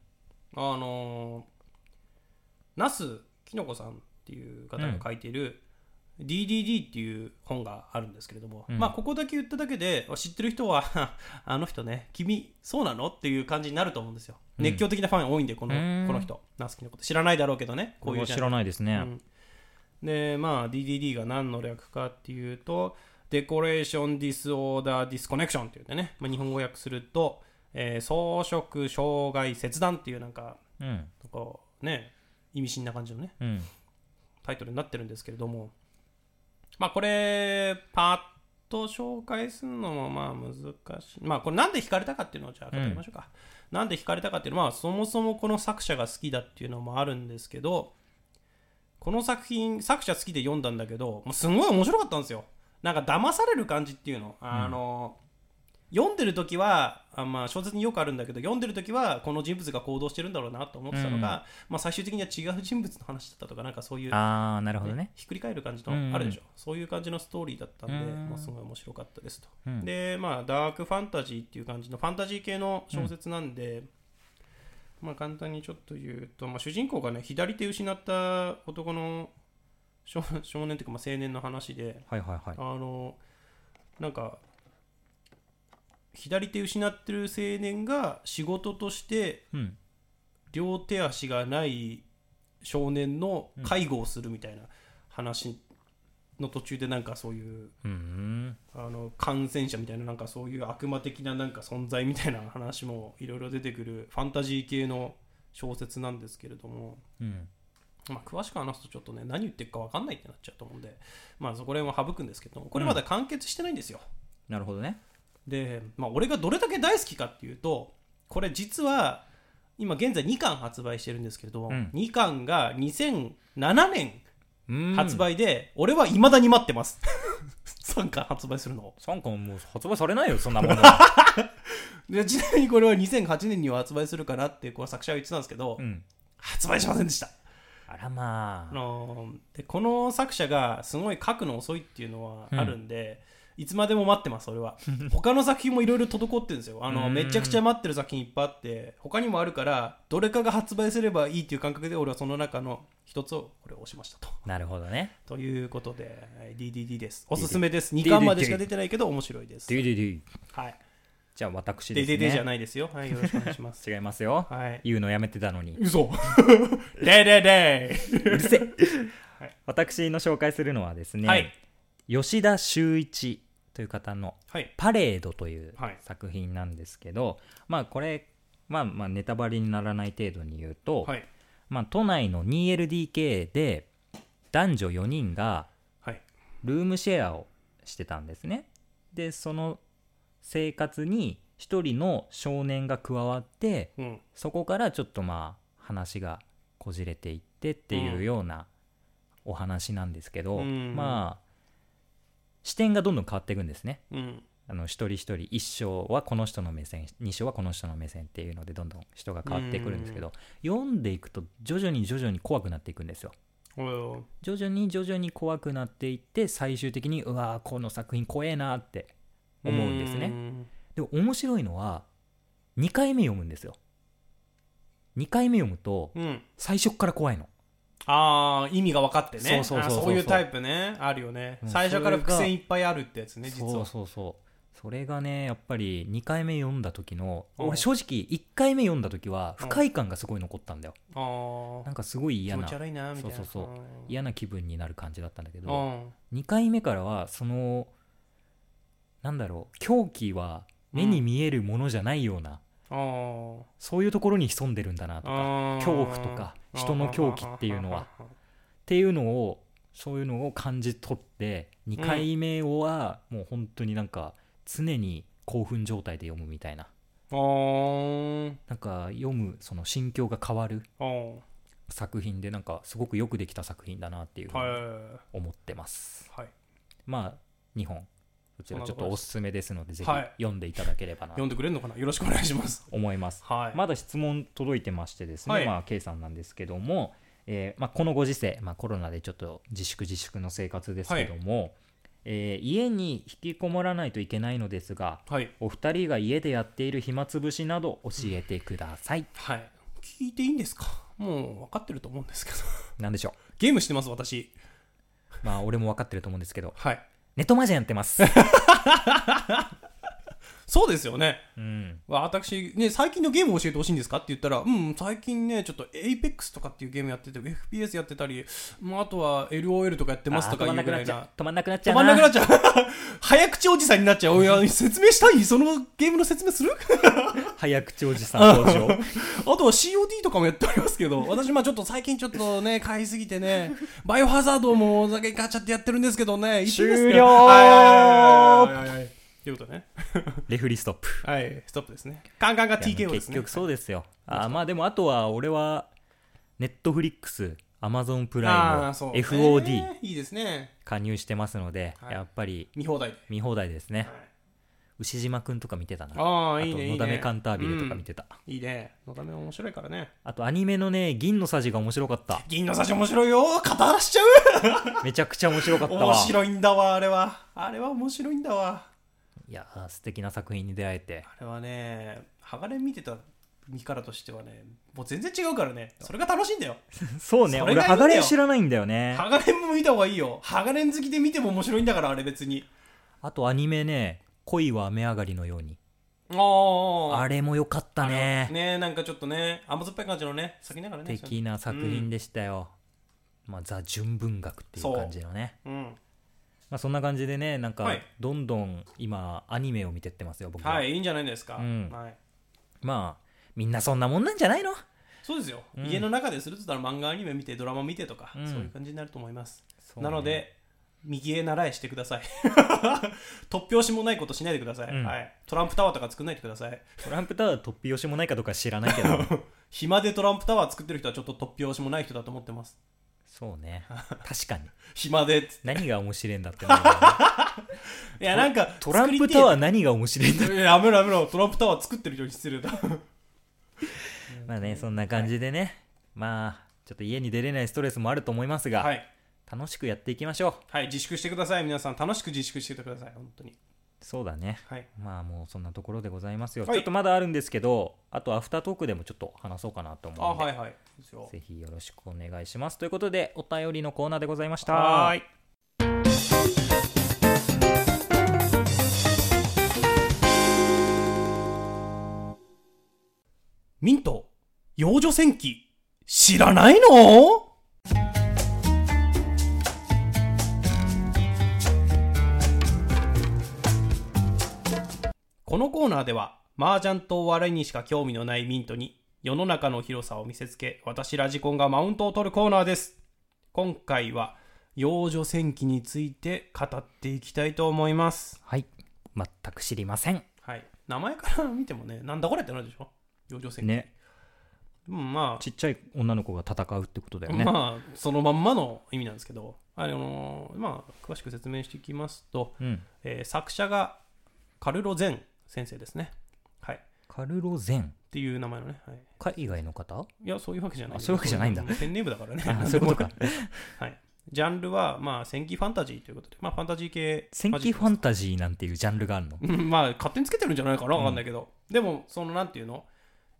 Speaker 2: あのー、ナスきのこさんっていう方が書いている、DDD っていう本があるんですけれども、
Speaker 1: うん
Speaker 2: まあここだけ言っただけで知ってる人は あの人ね君そうなのっていう感じになると思うんですよ、
Speaker 1: うん
Speaker 2: 熱狂的なファン多いんでこの
Speaker 1: うん
Speaker 2: この人ナスきのこって知らないだろうけどねこういうジャン
Speaker 1: 知
Speaker 2: ル
Speaker 1: らないですね、
Speaker 2: うん、でまあ DDD が何の略かっていうとデコレーション・ディス・オーダー・ディスコネクションって言ってね、まあ、日本語訳すると、えー装飾障害切断っていうなんか
Speaker 1: うん
Speaker 2: こうね意味深な感じのね
Speaker 1: うん
Speaker 2: タイトルになってるんですけれどもまあこれパッと紹介するのもまあ難しいまあこれなんで惹かれたかっていうのをじゃあ語りましょうか、なんで惹かれたかっていうのはまあそもそもこの作者が好きだっていうのもあるんですけどこの作品作者好きで読んだんだけどもうすごい面白かったんですよなんか騙される感じっていうのあの、読んでる時はあまあ小説によくあるんだけど読んでる時はこの人物が行動してるんだろうなと思ってた
Speaker 1: う
Speaker 2: のが、
Speaker 1: ん
Speaker 2: まあ、最終的には違う人物の話だったとかなんかそういう
Speaker 1: ああなるほどね
Speaker 2: ひっくり返る感じ
Speaker 1: うんうん
Speaker 2: のあるでしょ、そういう感じのストーリーだったんで、
Speaker 1: うん
Speaker 2: まあ、すごい面白かったですと、
Speaker 1: うん
Speaker 2: でまあダークファンタジーっていう感じのファンタジー系の小説なんで、まあ簡単にちょっと言うと、まあ、主人公がね左手失った男の少少年というかまあ青年の話で
Speaker 1: はいはいはい
Speaker 2: あのなんか左手失ってる青年が仕事として
Speaker 1: うん
Speaker 2: 両手足がない少年の介護をするみたいな話の途中でなんかそういう
Speaker 1: うん
Speaker 2: あの感染者みたいななんかそういう悪魔的ななんか存在みたいな話もいろいろ出てくるファンタジー系の小説なんですけれども、
Speaker 1: うん
Speaker 2: まあ、詳しく話すとちょっとね何言ってるか分かんないってなっちゃうと思うんで、まあ、そこら辺は省くんですけどこれまだ完結してないんですよ。
Speaker 1: なるほどね
Speaker 2: で、まあ、俺がどれだけ大好きかっていうとこれ実は今現在2巻発売してるんですけれど、
Speaker 1: うん
Speaker 2: 2巻が2007年
Speaker 1: うん
Speaker 2: 発売で、俺はいまだに待ってます 3巻発売するのを
Speaker 1: 3巻もう発売されないよそんなもの
Speaker 2: でちなみにこれは2008年には発売するかなってこの作者は言ってたんですけど、
Speaker 1: うん
Speaker 2: 発売しませんでした、
Speaker 1: あらま
Speaker 2: あ
Speaker 1: あ
Speaker 2: のーでこの作者がすごい書くの遅いっていうのはあるんで、いつまでも待ってます俺は他の作品もいろいろ滞ってるんですよあ
Speaker 1: う
Speaker 2: の
Speaker 1: ん
Speaker 2: めちゃくちゃ待ってる作品いっぱいあって他にもあるからどれかが発売すればいいっていう感覚で俺はその中の一つをこれ押しましたと
Speaker 1: なるほどね
Speaker 2: ということではい DDD ですおすすめです2巻までしか出てないけど面白いです
Speaker 1: DDD
Speaker 2: はい
Speaker 1: じゃあ私ですね
Speaker 2: DDD じゃないですよはいよろしくお願いしま す
Speaker 1: 違いますよ
Speaker 2: はい
Speaker 1: 言うのやめてたの に
Speaker 2: 嘘ででで
Speaker 1: うるせえ
Speaker 2: はい
Speaker 1: 私の紹介するのはですね、
Speaker 2: はい
Speaker 1: 吉田修一という方の
Speaker 2: はい
Speaker 1: パレードという
Speaker 2: はい
Speaker 1: 作品なんですけど、まあこれ、まあ、まあネタバレにならない程度に言うと、
Speaker 2: はい
Speaker 1: まあ、都内の 2LDK で男女4人が
Speaker 2: はい
Speaker 1: ルームシェアをしてたんですねでその生活に1人の少年が加わって
Speaker 2: うん
Speaker 1: そこからちょっとまあ話がこじれていってっていうようなお話なんですけど、
Speaker 2: うん
Speaker 1: まあ視点がどんどん変わっていくんですね
Speaker 2: うん
Speaker 1: あの一人一人一章はこの人の目線二章はこの人の目線っていうのでどんどん人が変わってくるんですけど読んでいくと徐々に徐々に怖くなっていくんですよ
Speaker 2: おいおい
Speaker 1: 徐々に徐々に怖くなっていって最終的にうわーこの作品怖えなって思うんですね。
Speaker 2: ん
Speaker 1: でも面白いのは2回目読むんですよ2回目読むと
Speaker 2: うん
Speaker 1: 最初っから怖いの
Speaker 2: ああ意味が分かってね
Speaker 1: そうそうそうそう
Speaker 2: あーそういうタイプねあるよね、
Speaker 1: うん
Speaker 2: 最初から伏
Speaker 1: それ
Speaker 2: 線
Speaker 1: が
Speaker 2: いっぱいあるってやつね実
Speaker 1: そ
Speaker 2: は
Speaker 1: うそうそうそれがねやっぱり2回目読んだ時の
Speaker 2: うん
Speaker 1: 俺正直1回目読んだ時は
Speaker 2: う
Speaker 1: 不
Speaker 2: ん
Speaker 1: 快感がすごい残ったんだよ
Speaker 2: あ
Speaker 1: な
Speaker 2: あ
Speaker 1: んかすごい
Speaker 2: 気
Speaker 1: 嫌
Speaker 2: 持
Speaker 1: な
Speaker 2: ち悪いなみたいな
Speaker 1: そうそうそ
Speaker 2: ん
Speaker 1: 嫌な気分になる感じだったんだけ
Speaker 2: う
Speaker 1: ど
Speaker 2: ん
Speaker 1: 2回目からはそのなんだろう狂気は目に見えるものじゃないような、
Speaker 2: あ
Speaker 1: そういうところに潜んでるんだなとか
Speaker 2: あ
Speaker 1: 恐怖とか人の狂気っていうのはっていうのをそういうのを感じ取って2回目はもう本当になんか常に興奮状態で読むみたいな
Speaker 2: あー
Speaker 1: なんか読むその心境が変わる
Speaker 2: あー
Speaker 1: 作品でなんかすごくよくできた作品だなっていうふう
Speaker 2: はい
Speaker 1: に思ってます、
Speaker 2: はい
Speaker 1: まあ2本そちらちょっとおすすめですのでぜひ
Speaker 2: はい
Speaker 1: 読んでいただければな
Speaker 2: 読んでくれるのかなよろしくお願いします
Speaker 1: 思います
Speaker 2: はい、
Speaker 1: まだ質問届いてましてですね、
Speaker 2: はい
Speaker 1: まあ、K さんなんですけども、えーまあ、このご時世、まあ、コロナでちょっと自粛自粛の生活ですけども、えー家に引きこもらないといけないのですが
Speaker 2: はい
Speaker 1: お二人が家でやっている暇つぶしなど教えてください、
Speaker 2: はい聞いていいんですかもう分かってると思うんですけど
Speaker 1: なんでしょ
Speaker 2: ゲームしてます私
Speaker 1: うまあ俺も分かってると思うんですけど
Speaker 2: はい
Speaker 1: ネットマージャンやって ます、
Speaker 2: そうですよね
Speaker 1: うん、
Speaker 2: わ私、ね、最近のゲームを教えてほしいんですかって言ったら、うん、最近ね、ちょっと APEX とかっていうゲームやってて、FPS やってたり、まあ、あとは LOL とかやってますとか
Speaker 1: あー止
Speaker 2: い
Speaker 1: まんな
Speaker 2: うぐ
Speaker 1: く
Speaker 2: ら
Speaker 1: なっ
Speaker 2: い
Speaker 1: ちゃ
Speaker 2: な。
Speaker 1: う止まんなくなっちゃ
Speaker 2: 止
Speaker 1: う
Speaker 2: まんなくな
Speaker 1: っ
Speaker 2: っちゃう。早口おじさんになっちゃう。いや、説明したいそのゲームの説明する
Speaker 1: 早口おじさん登 場
Speaker 2: あとは COD とかもやっておりますけど、私、まあちょっと最近ちょっとね、買いすぎてね、バイオハザードもだけ買っちゃってやってるんですけどね、一です
Speaker 1: 終
Speaker 2: けど
Speaker 1: 了
Speaker 2: はいはいはいはいはいということね。
Speaker 1: レフリーストップ
Speaker 2: はい、ストップですね。カンカンが
Speaker 1: いや
Speaker 2: TKO で
Speaker 1: 結
Speaker 2: すね。
Speaker 1: 局そうですよ、あーまあでもあとは俺はネットフリックスアマゾンプ
Speaker 2: あ
Speaker 1: ラ
Speaker 2: ー
Speaker 1: イ
Speaker 2: そう
Speaker 1: ム
Speaker 2: ね
Speaker 1: FOD
Speaker 2: いいですね
Speaker 1: 加入してますので、
Speaker 2: はい
Speaker 1: やっぱり
Speaker 2: 見放題で
Speaker 1: 見放題ですね、牛島くんとか見てたな
Speaker 2: ああいい
Speaker 1: と
Speaker 2: ねいいね
Speaker 1: のだめカンタービレとか見てた、
Speaker 2: うんいいねのだめ面白いからね
Speaker 1: あとアニメのね銀のさじが面白かった
Speaker 2: 銀の差し面白いよ肩らしちゃう
Speaker 1: めちゃくちゃ面白かったわ
Speaker 2: 面白いんだわあれはあれは面白いんだわ
Speaker 1: いやー素敵な作品に出会えて
Speaker 2: あれはね鋼見てた身からとしてはねもう全然違うからねそれが楽しいんだよ
Speaker 1: そうね
Speaker 2: それ
Speaker 1: 俺
Speaker 2: がいいんだよ
Speaker 1: ハガレン知らないんだよね
Speaker 2: 鋼も見た方がいいよ鋼好きで見ても面白いんだからあれ別に
Speaker 1: あとアニメね恋は雨上がりのように
Speaker 2: あ
Speaker 1: あれも良かったね
Speaker 2: ねなんかちょっとね甘酸っぱい感じのね先ながらね
Speaker 1: 的な作品でしたよ、まあザ純文学っていう感じのね
Speaker 2: うん
Speaker 1: まあ、そんな感じでねなんか
Speaker 2: はい
Speaker 1: どんどん今アニメを見てってますよ僕は、
Speaker 2: はいいいんじゃないですか、
Speaker 1: うん
Speaker 2: はい
Speaker 1: まあみんなそんなもんなんじゃないの
Speaker 2: そうですよ、
Speaker 1: うん
Speaker 2: 家の中でするって言ったら漫画アニメ見てドラマ見てとか、
Speaker 1: うん
Speaker 2: そういう感じになると思います、
Speaker 1: そうね
Speaker 2: なので右へ習えしてください 突拍子もないことしないでください、
Speaker 1: うん
Speaker 2: はい、トランプタワーとか作んないでください
Speaker 1: トランプタワー突拍子もないかどうか知らないけど
Speaker 2: 暇でトランプタワー作ってる人はちょっと突拍子もない人だと思ってます
Speaker 1: そうね確 かに
Speaker 2: 暇でっつ
Speaker 1: 何が面白いんだって思 うよね
Speaker 2: いやなんか
Speaker 1: トランプタワー
Speaker 2: ー
Speaker 1: 何が面白いんだ
Speaker 2: やめろやめろトランプタワー作ってる人に失礼 だ
Speaker 1: まあねそんな感じでね、まあちょっと家に出れないストレスもあると思いますが、
Speaker 2: はい、
Speaker 1: 楽しくやっていきましょう
Speaker 2: はい、自粛してください皆さん楽しく自粛してください本当に
Speaker 1: そうだね
Speaker 2: はい
Speaker 1: まあもうそんなところでございますよ、
Speaker 2: はい
Speaker 1: ちょっとまだあるんですけどあとアフタートークでもちょっと話そうかなと思う
Speaker 2: あ
Speaker 1: ので
Speaker 2: はいはいですよ
Speaker 1: ぜひよろしくお願いします。ということで、お便りのコーナーでございました。
Speaker 2: はーいミント、幼女戦記、知らないのこのコーナーでは、麻雀とお笑いにしか興味のないミントに、世の中の広さを見せつけ、私ラジコンがマウントを取るコーナーです。今回は、幼女戦記について語っていきたいと思います。
Speaker 1: はい。全く知りません。
Speaker 2: はい。名前から見てもね、なんだこれってなるでしょ幼女戦記。
Speaker 1: ね。
Speaker 2: うん、まあ、
Speaker 1: ちっちゃい女の子が戦うってことだよね。
Speaker 2: まあそのまんまの意味なんですけど、あのーまあ、詳しく説明していきますと、
Speaker 1: うん。
Speaker 2: えー作者がカルロ・ゼン先生ですね。はい、っ
Speaker 1: カルロゼン。
Speaker 2: ていう名前のね、はい、
Speaker 1: 海外の方
Speaker 2: いやそういうわけじゃない
Speaker 1: あそういうわけじゃないんだ
Speaker 2: ペンネームだからね
Speaker 1: あ、そういうことか。
Speaker 2: はい、ジャンルは、まあ、戦記ファンタジーということで、まあ、ファンタジー系。
Speaker 1: 戦記ファンタジーなんていうジャンルがあるの
Speaker 2: うん まあ勝手につけてるんじゃないかなわかんないけど、でもそのなんていうの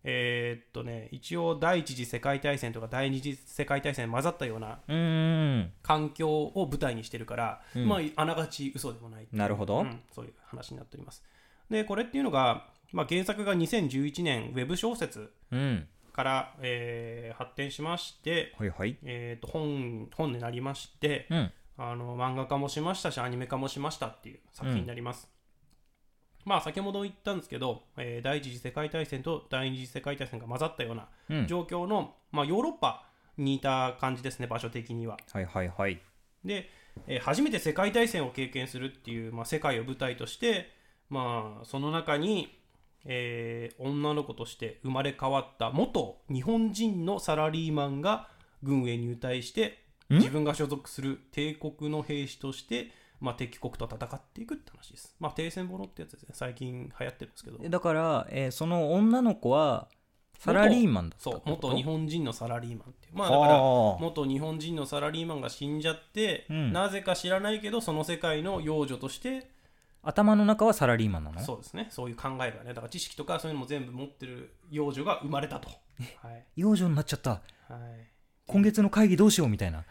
Speaker 2: えーっとね一応第一次世界大戦とか第二次世界大戦混ざったような
Speaker 1: うーん
Speaker 2: 環境を舞台にしてるから、
Speaker 1: うん
Speaker 2: まああながち嘘でもない
Speaker 1: なるほど、
Speaker 2: うん、そういう話になっておりますでこれっていうのが、まあ、原作が2011年ウェブ小説
Speaker 1: うん
Speaker 2: から、えー発展しまして、
Speaker 1: はいはい
Speaker 2: えーっと本本になりまして、
Speaker 1: うん
Speaker 2: あの漫画化もしましたしアニメ化もしましたっていう作品になります、まあ先ほど言ったんですけど、えー第一次世界大戦と第二次世界大戦が混ざったような
Speaker 1: うん
Speaker 2: 状況の、まあ、ヨーロッパにいた感じですね場所的には
Speaker 1: はいはいはい
Speaker 2: で、えー初めて世界大戦を経験するっていう、まあ、世界を舞台として、まあ、その中に、えー女の子として生まれ変わった元日本人のサラリーマンが軍へ入隊して
Speaker 1: ん
Speaker 2: 自分が所属する帝国の兵士として、まあ、敵国と戦っていくって話です。まあ、停戦ものってやつですね最近流行ってるんですけど
Speaker 1: えだから、えーその女の子はサラリーマンだった
Speaker 2: そう
Speaker 1: ってこと
Speaker 2: 元日本人のサラリーマンっていうまあだから
Speaker 1: はあ
Speaker 2: 元日本人のサラリーマンが死んじゃって、
Speaker 1: うん
Speaker 2: なぜか知らないけどその世界の養女として
Speaker 1: 頭の中はサラリーマンなの
Speaker 2: そうですねそういう考えがねだから知識とかそういうのも全部持ってる幼女が生ま れたとはい
Speaker 1: 養女になっちゃった
Speaker 2: はい
Speaker 1: 今月の会議どうしようみたいな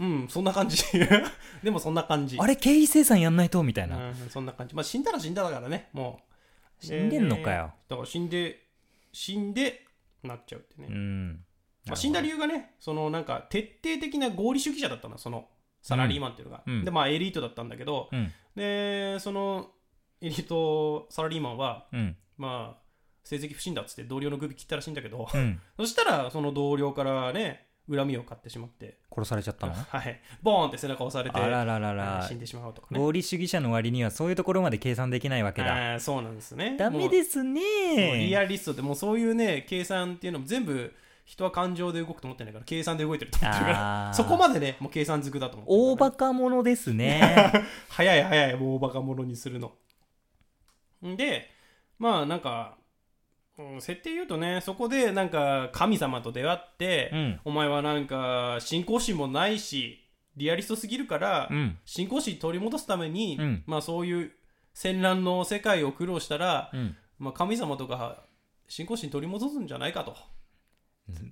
Speaker 2: うんそんな感じ でもそんな感じ
Speaker 1: あれ経費生産やんないとみたいな、
Speaker 2: うん、そんな感じまあ死んだら死んだだからねもう
Speaker 1: 死んでんのかよ、
Speaker 2: だから死んで死んでなっちゃうってね、
Speaker 1: うん
Speaker 2: まあ、死んだ理由がねそのなんか徹底的な合理主義者だったのそのサラリーマンっていうのが、
Speaker 1: うん
Speaker 2: でまあエリートだったんだけど、
Speaker 1: うん
Speaker 2: でそのエリートサラリーマンは
Speaker 1: うん
Speaker 2: まあ成績不振だっつって同僚の首切ったらしいんだけど
Speaker 1: うん
Speaker 2: そしたら、その同僚からね、恨みを買ってしまって、
Speaker 1: 殺されちゃったの
Speaker 2: はい、ボーンって背中を押されて、
Speaker 1: あらららら
Speaker 2: 死んでしまうとかね。
Speaker 1: 合理主義者の割にはそういうところまで計算できないわけだ
Speaker 2: あーそうなんですね。
Speaker 1: ダメですね
Speaker 2: もうもうリアリストでもうそういうね、計算っていうのも全部、人は感情で動くと思ってないから、計算で動いてると思ってるか
Speaker 1: あ
Speaker 2: ら、
Speaker 1: ー
Speaker 2: そこまでね、もう計算づくだと思ってるからね
Speaker 1: 大バカ者です ね
Speaker 2: 早い早いもう大バカ者にするのでまあなんか、うん設定言うとねそこでなんか神様と出会って、
Speaker 1: うん
Speaker 2: お前はなんか信仰心もないしリアリストすぎるから、
Speaker 1: うん
Speaker 2: 信仰心取り戻すために、
Speaker 1: うん
Speaker 2: まあそういう戦乱の世界を苦労したら、
Speaker 1: うん
Speaker 2: まあ、神様とか信仰心取り戻すんじゃないかと。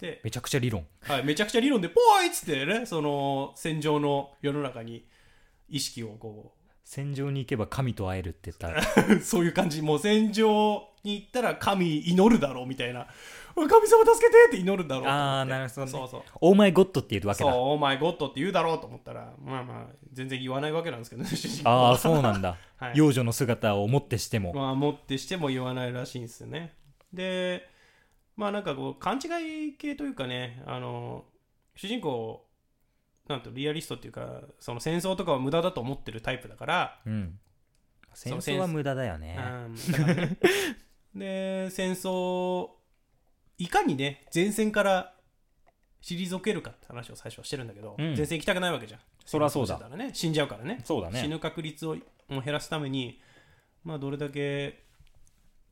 Speaker 2: で
Speaker 1: めちゃくちゃ理論
Speaker 2: はい、めちゃくちゃ理論でポーイっつってねその戦場の世の中に意識をこう
Speaker 1: 戦場に行けば神と会えるって言ったら
Speaker 2: そういう感じ、もう戦場に行ったら神祈るだろうみたいな、神様助けてって祈るだろうと思って
Speaker 1: あーなるほどね
Speaker 2: そうそう、
Speaker 1: オーマイゴッドって言うわけ
Speaker 2: そう、
Speaker 1: だ
Speaker 2: オーマイゴッドって言うだろうと思ったら、まあまあ、全然言わないわけなんですけどね、主人公
Speaker 1: ああ
Speaker 2: は。
Speaker 1: そうなんだ
Speaker 2: はい
Speaker 1: 幼女の姿をもってしても
Speaker 2: まあ、持ってしても言わないらしいんですよね。で、まあなんかこう、勘違い系というかね、あの、主人公、なんとリアリストっていうか、その戦争とかは無駄だと思ってるタイプだから、
Speaker 1: うん戦
Speaker 2: う
Speaker 1: 争は無駄だよね
Speaker 2: うんだから ねで戦争いかにね前線から退けるかって話を最初はしてるんだけど、
Speaker 1: うん
Speaker 2: 前線行きたくないわけじゃん
Speaker 1: そりゃそうだ
Speaker 2: 戦争してたらね死んじゃうからね
Speaker 1: そうだ
Speaker 2: 死ぬ確率をもう減らすためにまあどれだけ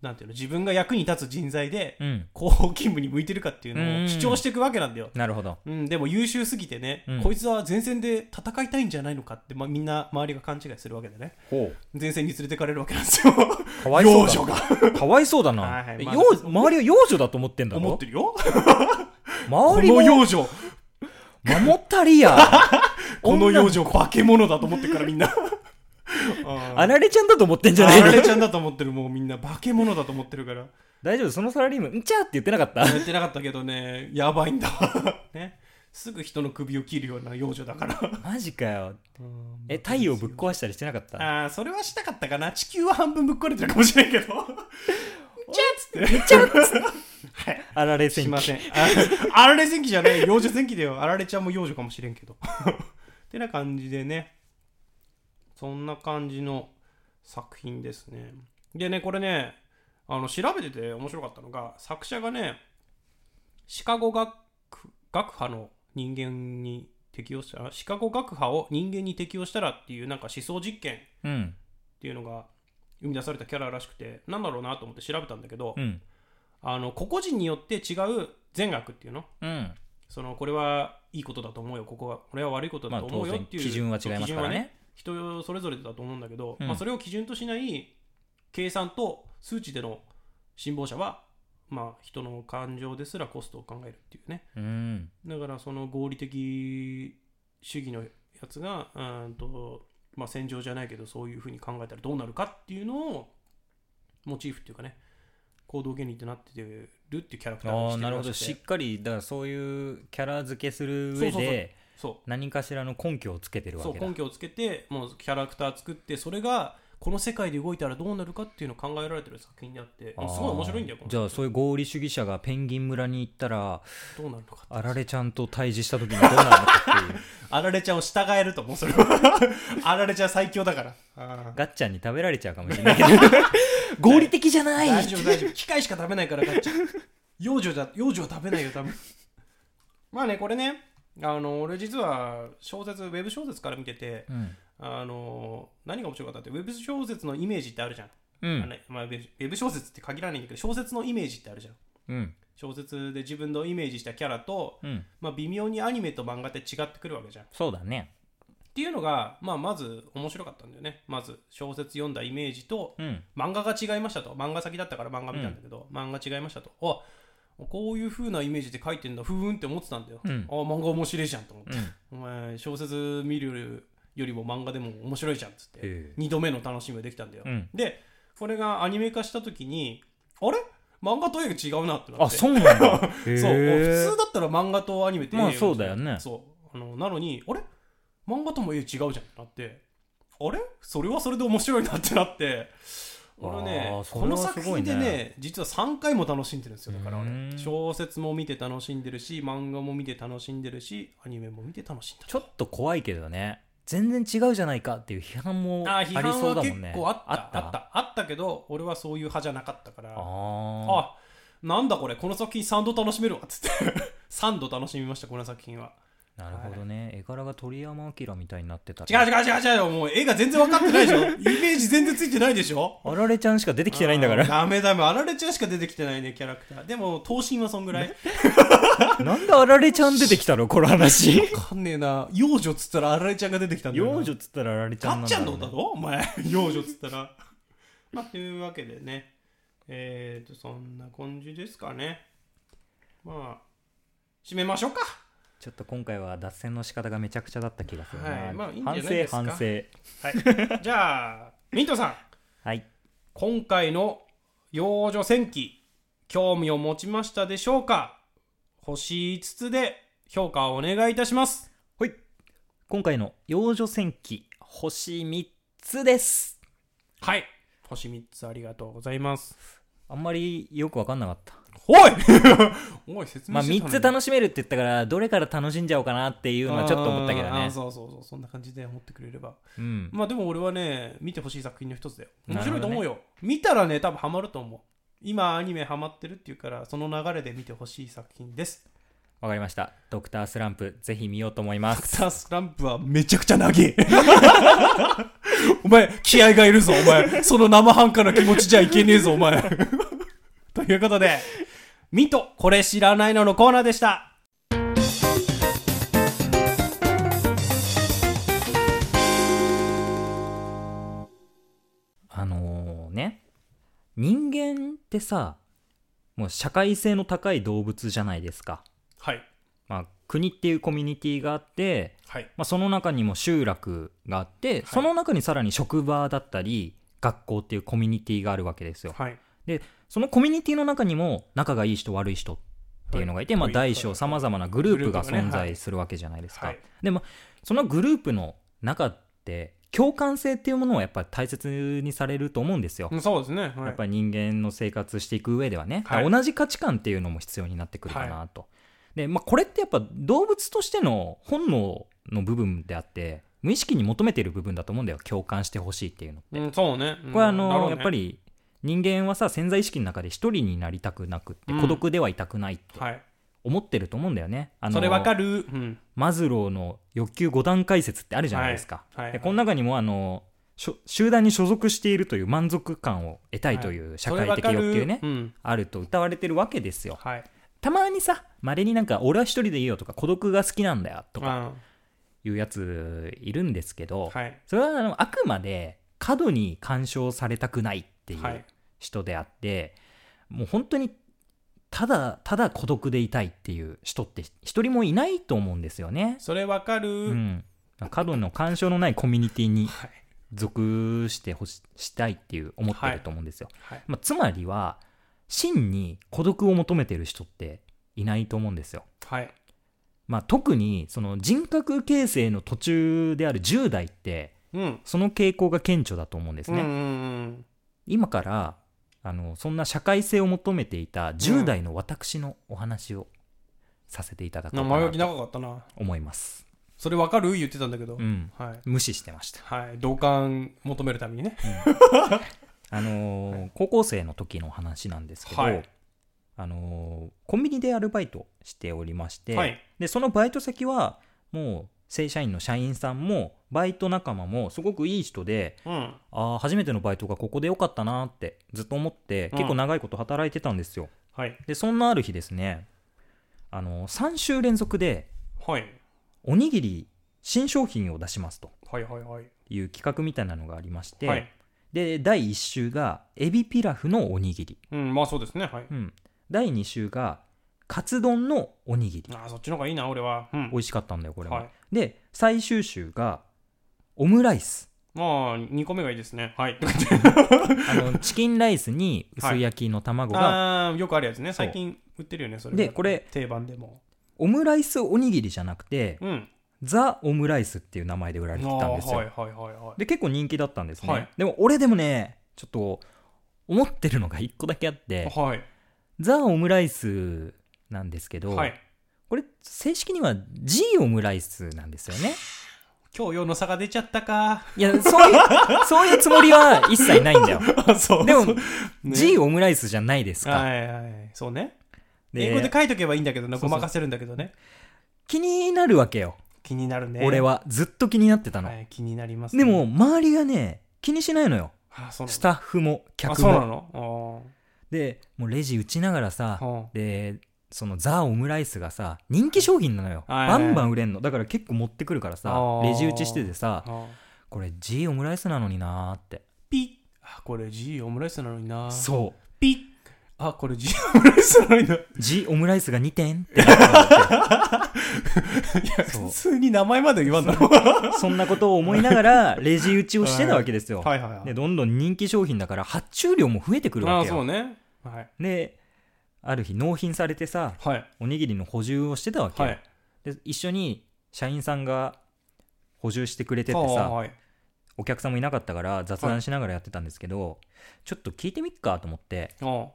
Speaker 2: なんていうの自分が役に立つ人材で
Speaker 1: うん
Speaker 2: 広報勤務に向いてるかっていうのを主張していくわけなんだよ、
Speaker 1: なるほど
Speaker 2: うん、でも優秀すぎてね、
Speaker 1: うん
Speaker 2: こいつは前線で戦いたいんじゃないのかって、まあ、みんな周りが勘違いするわけでね
Speaker 1: ほう
Speaker 2: 前線に連れてかれるわけなんですよ
Speaker 1: かわいそうだ
Speaker 2: 幼女が
Speaker 1: かわいそうだ
Speaker 2: は
Speaker 1: ない
Speaker 2: はい
Speaker 1: え
Speaker 2: まあ
Speaker 1: 幼女周りは幼女だと思ってんだ
Speaker 2: 思っ
Speaker 1: ろ
Speaker 2: てるよこ
Speaker 1: 周り
Speaker 2: の
Speaker 1: も
Speaker 2: 幼女
Speaker 1: 守ったりや
Speaker 2: この幼
Speaker 1: 女
Speaker 2: 女化け物だと思ってるからみん なあ
Speaker 1: あられちゃんだと思ってんじゃ
Speaker 2: あ
Speaker 1: ない
Speaker 2: られ
Speaker 1: の
Speaker 2: ちゃんだと思ってるもうみんな化け物だと思ってるから
Speaker 1: 大丈夫そのサラリーマンんちゃーって言ってなかった
Speaker 2: やってなかったけどねやばいんだわねすぐ人の首を切るような幼女だから
Speaker 1: マジかよえ太陽ぶっ壊したりしてなかった
Speaker 2: ああそれはしたかったかな地球は半分ぶっ壊れてるかもしれ んけどじゃあっつって
Speaker 1: あられ戦
Speaker 2: すい
Speaker 1: 記
Speaker 2: ません。あ あられ前期じゃない。幼女前期だよ。あられちゃんも幼女かもしれんけど。 ってな感じでね。そんな感じの作品ですね。でね、これね、あの調べてて面白かったのが、作者がね、シカゴ学学派の人間に適用した、あシカゴ学派を人間に適用したらっていうなんか思想実験っ
Speaker 1: うん
Speaker 2: ていうのが生み出されたキャラらしくて、なんだろうなと思って調べたんだけど、
Speaker 1: うん
Speaker 2: あの個々人によって違う善悪っていうの
Speaker 1: うん
Speaker 2: そのこれはいいことだと思うよここはこれは悪いこと
Speaker 1: ま
Speaker 2: だ
Speaker 1: あ
Speaker 2: と思
Speaker 1: 当
Speaker 2: うよ
Speaker 1: 然
Speaker 2: っていう、
Speaker 1: 基準は違いますから
Speaker 2: 基準は
Speaker 1: ね。
Speaker 2: 人それぞれだと思うんだけど、
Speaker 1: うん
Speaker 2: まあ、それを基準としない計算と数値での辛抱者は、まあ、人の感情ですらコストを考えるっていうね
Speaker 1: うん。
Speaker 2: だからその合理的主義のやつがうーんと、まあ、戦場じゃないけどそういうふうに考えたらどうなるかっていうのをモチーフっていうかね行動原理ってなってるっていうキャラクターに
Speaker 1: あ
Speaker 2: し
Speaker 1: あ、
Speaker 2: て
Speaker 1: なるほ
Speaker 2: ら
Speaker 1: ど。
Speaker 2: し
Speaker 1: し
Speaker 2: く
Speaker 1: ってかり、だからそういうキャラ付けする上
Speaker 2: そうそう
Speaker 1: で、
Speaker 2: そう
Speaker 1: 何かしらの根拠をつけてるわ
Speaker 2: そう
Speaker 1: けだ。
Speaker 2: 根拠をつけてもうキャラクター作ってそれがこの世界で動いたらどうなるかっていうのを考えられてる作品であって
Speaker 1: あー
Speaker 2: すごい面白いんだよこの
Speaker 1: じゃあ、そういう合理主義者がペンギン村に行ったら、
Speaker 2: どうなるのか
Speaker 1: あられちゃんと対峙した時にどうなるのか っていう。
Speaker 2: あられちゃんを従えると思うそれは あられちゃん最強だから
Speaker 1: ガッちゃんに食べられちゃうかもしれ ないけど。合理的じゃない
Speaker 2: 大丈夫大丈夫機械しか食べないからガッチャ幼女じゃ幼女は食べないよ多分まあねこれねあの俺実は小説ウェブ小説から見てて
Speaker 1: うん。
Speaker 2: あの何が面白かったってウェブ小説のイメージってあるじゃん、
Speaker 1: う
Speaker 2: あ
Speaker 1: ん。
Speaker 2: のまあ、ウェブウェブ小説って限らないんだけど小説のイメージってあるじゃん
Speaker 1: うん。
Speaker 2: 小説で自分のイメージしたキャラと、
Speaker 1: うん。
Speaker 2: まあ、微妙にアニメと漫画って違ってくるわけじゃん。っ
Speaker 1: そうだね。
Speaker 2: ていうのが、まあ、まず面白かったんだよね。まず小説読んだイメージと
Speaker 1: うん。
Speaker 2: 漫画が違いましたと漫画先だったから漫画見たんだけど、漫画違いましたとあこういう風なイメージで書いてんだふーんって思ってたんだよ。
Speaker 1: うん
Speaker 2: あ漫画面白いじゃんと思って、
Speaker 1: うん。
Speaker 2: お前小説見るよりも漫画でも面白いじゃんっつって
Speaker 1: へ
Speaker 2: 2度目の楽しみができたんだよ。
Speaker 1: えうん。
Speaker 2: でこれがアニメ化した時にあれ漫画と映画違うなってなって
Speaker 1: あ、そうなんだ。へえ
Speaker 2: そう普通だったら漫画とアニメって
Speaker 1: まあそうだよね。
Speaker 2: そうあのなのにあれ漫画とも絵違うじゃんってなってあれそれはそれで面白いなってなって俺
Speaker 1: あ
Speaker 2: ね
Speaker 1: ーそ
Speaker 2: こ
Speaker 1: れ
Speaker 2: の
Speaker 1: は
Speaker 2: 作
Speaker 1: すごい
Speaker 2: 品
Speaker 1: ね
Speaker 2: でね実は3回も楽しんでるんですよだから
Speaker 1: う
Speaker 2: 俺
Speaker 1: ーん
Speaker 2: 小説も見て楽しんでるし漫画も見て楽しんでるしアニメも見て楽しんでる
Speaker 1: ちょっと怖いけどね。全然違うじゃないかっていう批判もあ
Speaker 2: あー
Speaker 1: り
Speaker 2: 批判
Speaker 1: そう
Speaker 2: は
Speaker 1: だ
Speaker 2: 結
Speaker 1: もんね。
Speaker 2: 構あったあった
Speaker 1: あ
Speaker 2: あっ
Speaker 1: った。
Speaker 2: たあったけど俺はそういう派じゃなかったから
Speaker 1: あ
Speaker 2: あなんだこれこの作品3度楽しめるわっつって3 度楽しみましたこの作品は
Speaker 1: ーなるほどね。絵柄が鳥山明みたいになってた
Speaker 2: 違う
Speaker 1: ら。
Speaker 2: 違う違う違うもう絵が全然分かってないでしょイメージ全然ついてないでしょ
Speaker 1: あられちゃんしか出てきてないんだから。
Speaker 2: ダメダメあられちゃんしか出てきてないねキャラクターでも頭身はそんぐらい
Speaker 1: なんであられちゃん出てきたのこの 話。
Speaker 2: わかんねえな幼女っつったらあられちゃんが出てきたんだよな
Speaker 1: 幼女っつったらあられちゃ
Speaker 2: ガ
Speaker 1: んな
Speaker 2: ッ
Speaker 1: ん
Speaker 2: ち
Speaker 1: だ
Speaker 2: ゃ
Speaker 1: ろ
Speaker 2: ん
Speaker 1: うね
Speaker 2: のだぞお前幼女っつったら まあというわけでねえーとそんな感じですかねまあ締めましょうか
Speaker 1: ちょっと今回は脱線の仕方がめちゃくちゃだった気がするな、
Speaker 2: はいまあいいんじゃな
Speaker 1: 反
Speaker 2: いで
Speaker 1: 省
Speaker 2: すか
Speaker 1: 反省
Speaker 2: じゃあミントさん
Speaker 1: はい
Speaker 2: 今回の幼女戦記興味を持ちましたでしょうか星5つで評価をお願いいたします
Speaker 1: 今回の幼女戦記星3つです
Speaker 2: はい星3つありがとうございます
Speaker 1: あんまりよく分かんなかった
Speaker 2: おいおい説
Speaker 1: ま
Speaker 2: 明
Speaker 1: あ
Speaker 2: してた
Speaker 1: 3つ楽しめるって言ったからどれから楽しんじゃおうかなっていうのはちょっと思ったけど
Speaker 2: あーあー
Speaker 1: ね
Speaker 2: そうそうそうそんな感じで思ってくれれば
Speaker 1: うん
Speaker 2: まあでも俺はね見てほしい作品の一つだよ面白いと思う
Speaker 1: な
Speaker 2: よ、見たらね多分ハマると思う今アニメハマってるっていうからその流れで見てほしい作品です
Speaker 1: わかりましたドクタースランプぜひ見ようと思います
Speaker 2: スタースランプはめちゃくちゃ長え。お前、気合がいるぞ、お前。その生半可な気持ちじゃいけねえぞ、お前。 ということで、ミント、これ知らないののコーナーでした。
Speaker 1: あのーね人間ってさもう社会性の高い動物じゃないですか
Speaker 2: はい。
Speaker 1: まあ国っていうコミュニティがあって
Speaker 2: はい。
Speaker 1: まあ、その中にも集落があって、その中にさらに職場だったり学校っていうコミュニティがあるわけですよ
Speaker 2: はい。
Speaker 1: そのコミュニティの中にも仲がいい人悪い人っていうのがいて、
Speaker 2: はい
Speaker 1: まあ、大小さまざまなグループが
Speaker 2: グループが
Speaker 1: 存
Speaker 2: ね
Speaker 1: 在するわけじゃないですか、
Speaker 2: はい
Speaker 1: でもそのグループの中って共感性っていうものをやっぱり大切にされると思うんですよ、
Speaker 2: そうですね。は
Speaker 1: やっぱり人間の生活していく上ではね、
Speaker 2: はい
Speaker 1: 同じ価値観っていうのも必要になってくるかなと、で、まあ、これってやっぱ動物としての本能の部分であって無意識に求めている部分だと思うんだよ共感してほしいっていうの
Speaker 2: い。うん、そうね。うん
Speaker 1: これはあの、
Speaker 2: なるほど
Speaker 1: や
Speaker 2: ね
Speaker 1: っぱり人間はさ潜在意識の中で一人になりたくなくって
Speaker 2: うん
Speaker 1: 孤独ではいたくないって
Speaker 2: はい。
Speaker 1: 思ってると思うんだよね、あの
Speaker 2: それわかる。うん。
Speaker 1: マズローの欲求5段階説ってあるじゃないですか、
Speaker 2: はいはい
Speaker 1: でこの中にもあのしょ集団に所属しているという満足感を得たいという社会的欲求ね、
Speaker 2: それわかるうん。
Speaker 1: あると歌われてるわけですよ
Speaker 2: はい。
Speaker 1: たまにさ、稀になんか、俺は一人でいいよとか、孤独が好きなんだよとか
Speaker 2: か、
Speaker 1: いうやついるんですけど、
Speaker 2: はい
Speaker 1: それはあのあくまで過度に干渉されたくないってい
Speaker 2: は
Speaker 1: う
Speaker 2: い
Speaker 1: 人であって、もう本当にただただ孤独でいたいっていう人って一人もいないと思うんですよね。
Speaker 2: それわかる、
Speaker 1: うん、過度の干渉のないコミュニティに
Speaker 2: はい
Speaker 1: 属してほししたいっていう思ってると思うんですよ。
Speaker 2: はい
Speaker 1: まあ、つまりは真に孤独を求めてる人っていないと思うんですよ。
Speaker 2: はい
Speaker 1: まあ、特にその人格形成の途中である10代って
Speaker 2: うん
Speaker 1: その傾向が顕著だと思うんです
Speaker 2: うんう
Speaker 1: ね。
Speaker 2: んうん
Speaker 1: 今からあのそんな社会性を求めていた10代の私のお話をさせていただこう
Speaker 2: な
Speaker 1: か
Speaker 2: 前置き
Speaker 1: なと
Speaker 2: 長かったな
Speaker 1: 思います。
Speaker 2: それわかる言ってたんだけど、
Speaker 1: うん、
Speaker 2: はい
Speaker 1: 無視してました。
Speaker 2: はい同感求めるためにね
Speaker 1: あのー高校生の時の話なんですけど、
Speaker 2: はい
Speaker 1: あのーコンビニでアルバイトしておりまして、
Speaker 2: はい
Speaker 1: でそのバイト先はもう正社員の社員さんもバイト仲間もすごくいい人で
Speaker 2: うん
Speaker 1: あー初めてのバイトがここでよかったなーってずっと思って
Speaker 2: うん
Speaker 1: 結構長いこと働いてたんですよ、
Speaker 2: はい
Speaker 1: でそんなある日ですねあのー3週連続で
Speaker 2: はい
Speaker 1: おにぎり新商品を出しますと
Speaker 2: はいはいはい
Speaker 1: いう企画みたいなのがありまして、
Speaker 2: はい
Speaker 1: で第1週がエビピラフのおにぎり
Speaker 2: うんまあそうですねはい、
Speaker 1: うん、第2週がカツ丼のおにぎり
Speaker 2: ああそっちの方がいいな俺はうん
Speaker 1: 美味しかったんだよこれも、
Speaker 2: はい
Speaker 1: で最終週がオムライス
Speaker 2: まあ2個目がいいですね はい
Speaker 1: あ のチキンライスに薄焼きの卵が、
Speaker 2: ああーよくあるやつね
Speaker 1: そう
Speaker 2: 最近売ってるよねそれ
Speaker 1: でこれ
Speaker 2: 定番でも
Speaker 1: オムライスおにぎりじゃなくて、
Speaker 2: うん
Speaker 1: ザ・オムライスっていう名前で売ら
Speaker 2: あ
Speaker 1: れて
Speaker 2: ー
Speaker 1: たんですよ、
Speaker 2: はいはいはいはい
Speaker 1: で結構人気だったんですね、
Speaker 2: はい
Speaker 1: でも俺でもねちょっと思ってるのが1個だけあって
Speaker 2: はい
Speaker 1: ザ・オムライスなんですけど、
Speaker 2: はい
Speaker 1: これ正式には G オムライスなんですよね
Speaker 2: 教養の差が出ちゃったか
Speaker 1: いや、そう いう、そういうつもりは一切ないんだよ。
Speaker 2: あそう
Speaker 1: でも
Speaker 2: そうね
Speaker 1: G オムライスじゃないですか。
Speaker 2: はいはいそうね
Speaker 1: で
Speaker 2: 英語で書いとけばいいんだけどな
Speaker 1: そうそ
Speaker 2: ご
Speaker 1: う
Speaker 2: まかせるんだけどね
Speaker 1: 気になるわけよ。
Speaker 2: 気になるね
Speaker 1: 俺は。ずっと気になってたの。
Speaker 2: はい気になりますね
Speaker 1: でも、周りがね、気にしないのよ。
Speaker 2: あそうな
Speaker 1: ス
Speaker 2: の
Speaker 1: タッフも、
Speaker 2: あ
Speaker 1: 客
Speaker 2: そうな
Speaker 1: も。
Speaker 2: の
Speaker 1: で、もうレジ打ちながら
Speaker 2: あ
Speaker 1: さ
Speaker 2: ー、は
Speaker 1: で、そのザ・オムライスがさ、人気商品なのよ。
Speaker 2: はい
Speaker 1: バンバン売れんの。だから結構持ってくるからさ
Speaker 2: あ、ー
Speaker 1: レジ打ちしててさ
Speaker 2: あ、はあ
Speaker 1: これ G オムライスなのになーって。
Speaker 2: ピッあこれ G オムライスなのにな
Speaker 1: そう。
Speaker 2: ピッあこれ G オムライスなのにないう
Speaker 1: G オムライスが2点って思って。
Speaker 2: や
Speaker 1: そう
Speaker 2: 普通に名前まで言わんだ ろ
Speaker 1: そんなことを思いながら、レジ打ちをしてたわけですよ。
Speaker 2: はいはいはい
Speaker 1: で、どんどん人気商品だから、発注量も増えてくる
Speaker 2: あ
Speaker 1: わ
Speaker 2: あ
Speaker 1: け
Speaker 2: そう
Speaker 1: よ。
Speaker 2: ねはい
Speaker 1: で、ある日納品されてさ、
Speaker 2: はい
Speaker 1: おにぎりの補充をしてたわけよ、
Speaker 2: はい
Speaker 1: で、一緒に社員さんが補充してくれて
Speaker 2: は
Speaker 1: て
Speaker 2: あ
Speaker 1: さ、
Speaker 2: はい
Speaker 1: お客さんもいなかったから雑談しながらやってたんですけど、ちょっと聞いてみっかと思って、
Speaker 2: あ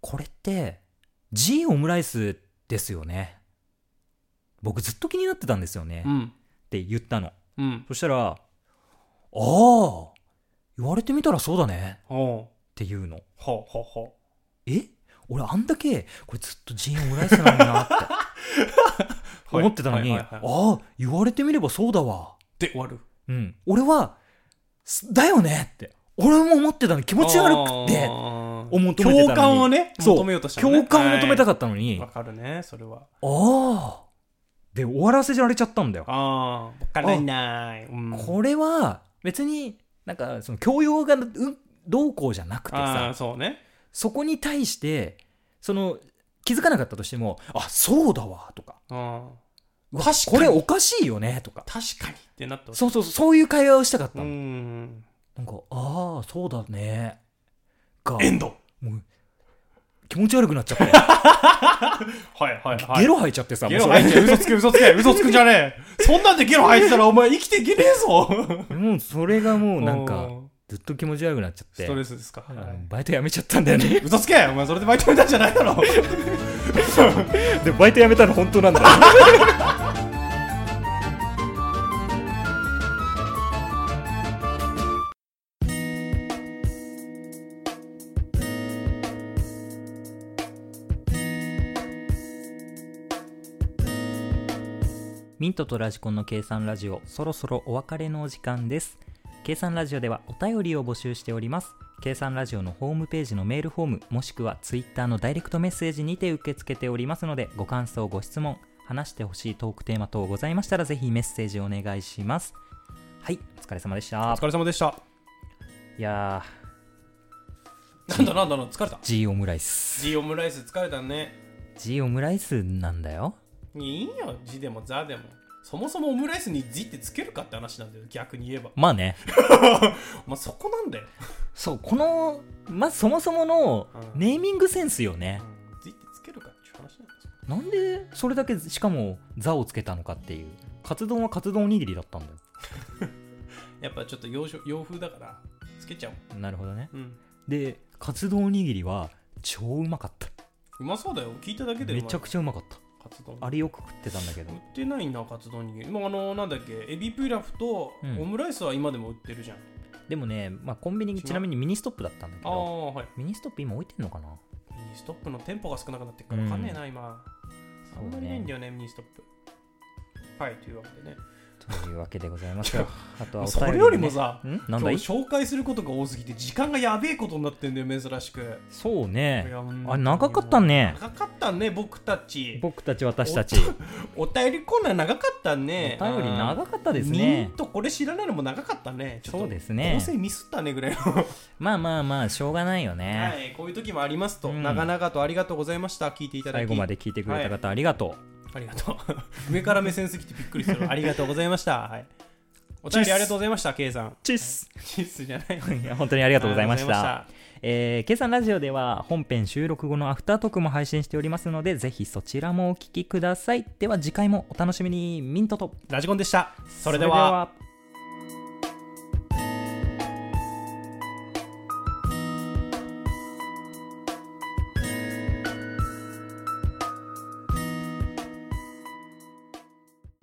Speaker 1: これって、G オムライスですよね。僕ずっと気になってたんですよね。
Speaker 2: あう
Speaker 1: っ
Speaker 2: ん
Speaker 1: て言ったの。
Speaker 2: うん
Speaker 1: そしたら、ああ、言われてみたらそうだね
Speaker 2: お
Speaker 1: っ
Speaker 2: お
Speaker 1: ていうの。
Speaker 2: ほうほうほ
Speaker 1: え俺あんだけ、これずっとジーンオムライスなのにな って
Speaker 2: う
Speaker 1: 思ってたのに、
Speaker 2: はいはいはいはい
Speaker 1: ああ、言われてみればそうだわ。
Speaker 2: で終わる
Speaker 1: うん。俺は、すだよねって。俺も思ってたのに気持ち悪くて、
Speaker 2: 思
Speaker 1: 思ってたのに
Speaker 2: 共感をね
Speaker 1: そう
Speaker 2: 求めようとしたのね
Speaker 1: 共感を求めた
Speaker 2: は
Speaker 1: かったの
Speaker 2: い
Speaker 1: に、
Speaker 2: わ
Speaker 1: あ
Speaker 2: かるねそれは
Speaker 1: あ、で終わらせられちゃったんだよ。
Speaker 2: ああもったいないないうん
Speaker 1: これは、別になんか、その教養がうんどうこうじゃなくて
Speaker 2: あ
Speaker 1: さ
Speaker 2: あ、そうね
Speaker 1: そこに対して、その、気づかなかったとしても、あ、そうだわ、とか、
Speaker 2: うん
Speaker 1: うわ
Speaker 2: 確かに
Speaker 1: これおかしいよね、とか。
Speaker 2: 確かにってなった
Speaker 1: そうそうそう、そういう会話をしたかった
Speaker 2: う
Speaker 1: の。
Speaker 2: ん
Speaker 1: なんか、ああ、そうだね。が、
Speaker 2: エンド
Speaker 1: もう、気持ち悪くなっちゃ って、
Speaker 2: はいはいはい
Speaker 1: ゲロ吐いちゃってさ、
Speaker 2: ゲ
Speaker 1: も
Speaker 2: ロ
Speaker 1: うそれ
Speaker 2: 吐いて嘘つけ嘘つけ嘘つくんじゃねえそんなんでゲロ吐いてたらお前生きていけねえぞ
Speaker 1: もうそれがもうなん
Speaker 2: う
Speaker 1: か、ずっと気持ち悪くなっちゃって
Speaker 2: スト、レスですか
Speaker 1: あ
Speaker 2: はい
Speaker 1: のバイト辞めちゃったんだよね。
Speaker 2: 嘘つけお前それでバイト辞めたんじゃないだろ
Speaker 1: でもバイト辞めたの本当なんだよ。 ミントとラジコンの計算ラジオ、そろそろお別れのお時間です。計算ラジオではお便りを募集しております。計算ラジオのホームページのメールフォームもしくはツイッターのダイレクトメッセージにて受け付けておりますのでご感想ご質問話してほしいトークテーマ等ございましたらぜひメッセージお願いしますはいお疲れ様でし
Speaker 2: お
Speaker 1: た
Speaker 2: 疲れ様でした
Speaker 1: いや
Speaker 2: なんだなんだなんだ疲れた
Speaker 1: ー G オムライス
Speaker 2: G オムライス疲れたね
Speaker 1: G オムライスなんだよ
Speaker 2: いいよ G でもザでもそもそもオムライスに G ってつけるかって話なんだよ逆に言え ば
Speaker 1: まあね
Speaker 2: まあそこなんだよ
Speaker 1: そうこのまあそもそもの
Speaker 2: うん
Speaker 1: ネーミングセンスよね
Speaker 2: G ってつけるかっていう話なんですよ
Speaker 1: なんでそれだけしかも「座」をつけたのかっていうカツ丼はカツ丼おにぎりだったんだよ
Speaker 2: やっぱちょっと洋食洋風だからつけちゃおう
Speaker 1: なるほどね
Speaker 2: うん
Speaker 1: でカツ丼おにぎりは超うまかった
Speaker 2: うまそうだよ聞いただけで
Speaker 1: めちゃく
Speaker 2: ち
Speaker 1: ちゃうまかった
Speaker 2: ゃカツ丼
Speaker 1: あれよく食ってたんだけど
Speaker 2: 売ってないなカツ丼に今あのなんだっけエビピラフと
Speaker 1: うん
Speaker 2: オムライスは今でも売ってるじゃん、
Speaker 1: でもね、まあ、コンビニ
Speaker 2: 違う
Speaker 1: ちなみにミニストップだったんだけ
Speaker 2: あ
Speaker 1: ど
Speaker 2: あはい
Speaker 1: ミニストップ今置いてんのかな
Speaker 2: ミニストップの店舗が少なくなってるから分かんねえな、今あ
Speaker 1: そうん
Speaker 2: まりないん
Speaker 1: ね
Speaker 2: だよねミニストップはいというわけでね
Speaker 1: というわけでござい ますよあとはお
Speaker 2: そ
Speaker 1: 便
Speaker 2: れ
Speaker 1: り
Speaker 2: より
Speaker 1: ね
Speaker 2: もさ
Speaker 1: んな
Speaker 2: 今
Speaker 1: ん
Speaker 2: 日
Speaker 1: だい
Speaker 2: 紹介することが多すぎて時間がやべえことになってんだよ珍しく
Speaker 1: そうねあ
Speaker 2: あ
Speaker 1: れ長かったね
Speaker 2: 長かったね僕たち
Speaker 1: 僕たち私たち
Speaker 2: お便りコーナー長かったね
Speaker 1: お便り長かったです
Speaker 2: ミ
Speaker 1: ね
Speaker 2: ンとこれ知らないのも長かったねちょっと
Speaker 1: そうですね
Speaker 2: どうせミスったねぐらいの
Speaker 1: まあまあまあしょうがないよね、
Speaker 2: はい、こういう時もありますと、
Speaker 1: うん
Speaker 2: 長々とありがとうございました聞いていただき
Speaker 1: 最後まで聞いてくれた方ありがとう、
Speaker 2: ありがとう 上から目線すぎてびっくりするありがとうございました、はい、お便りありがとうございました K さ ん
Speaker 1: チッス
Speaker 2: キスじゃないあり
Speaker 1: いや本当にありがとうございまし
Speaker 2: がとうご
Speaker 1: たえー、計算ラジオでは本編収録後のアフタートークも配信しておりますのでぜひそちらもお聞きくださいでは次回もお楽しみにミントと
Speaker 2: ラジコンでしたそれ
Speaker 1: そ
Speaker 2: で
Speaker 1: れで
Speaker 2: は
Speaker 1: は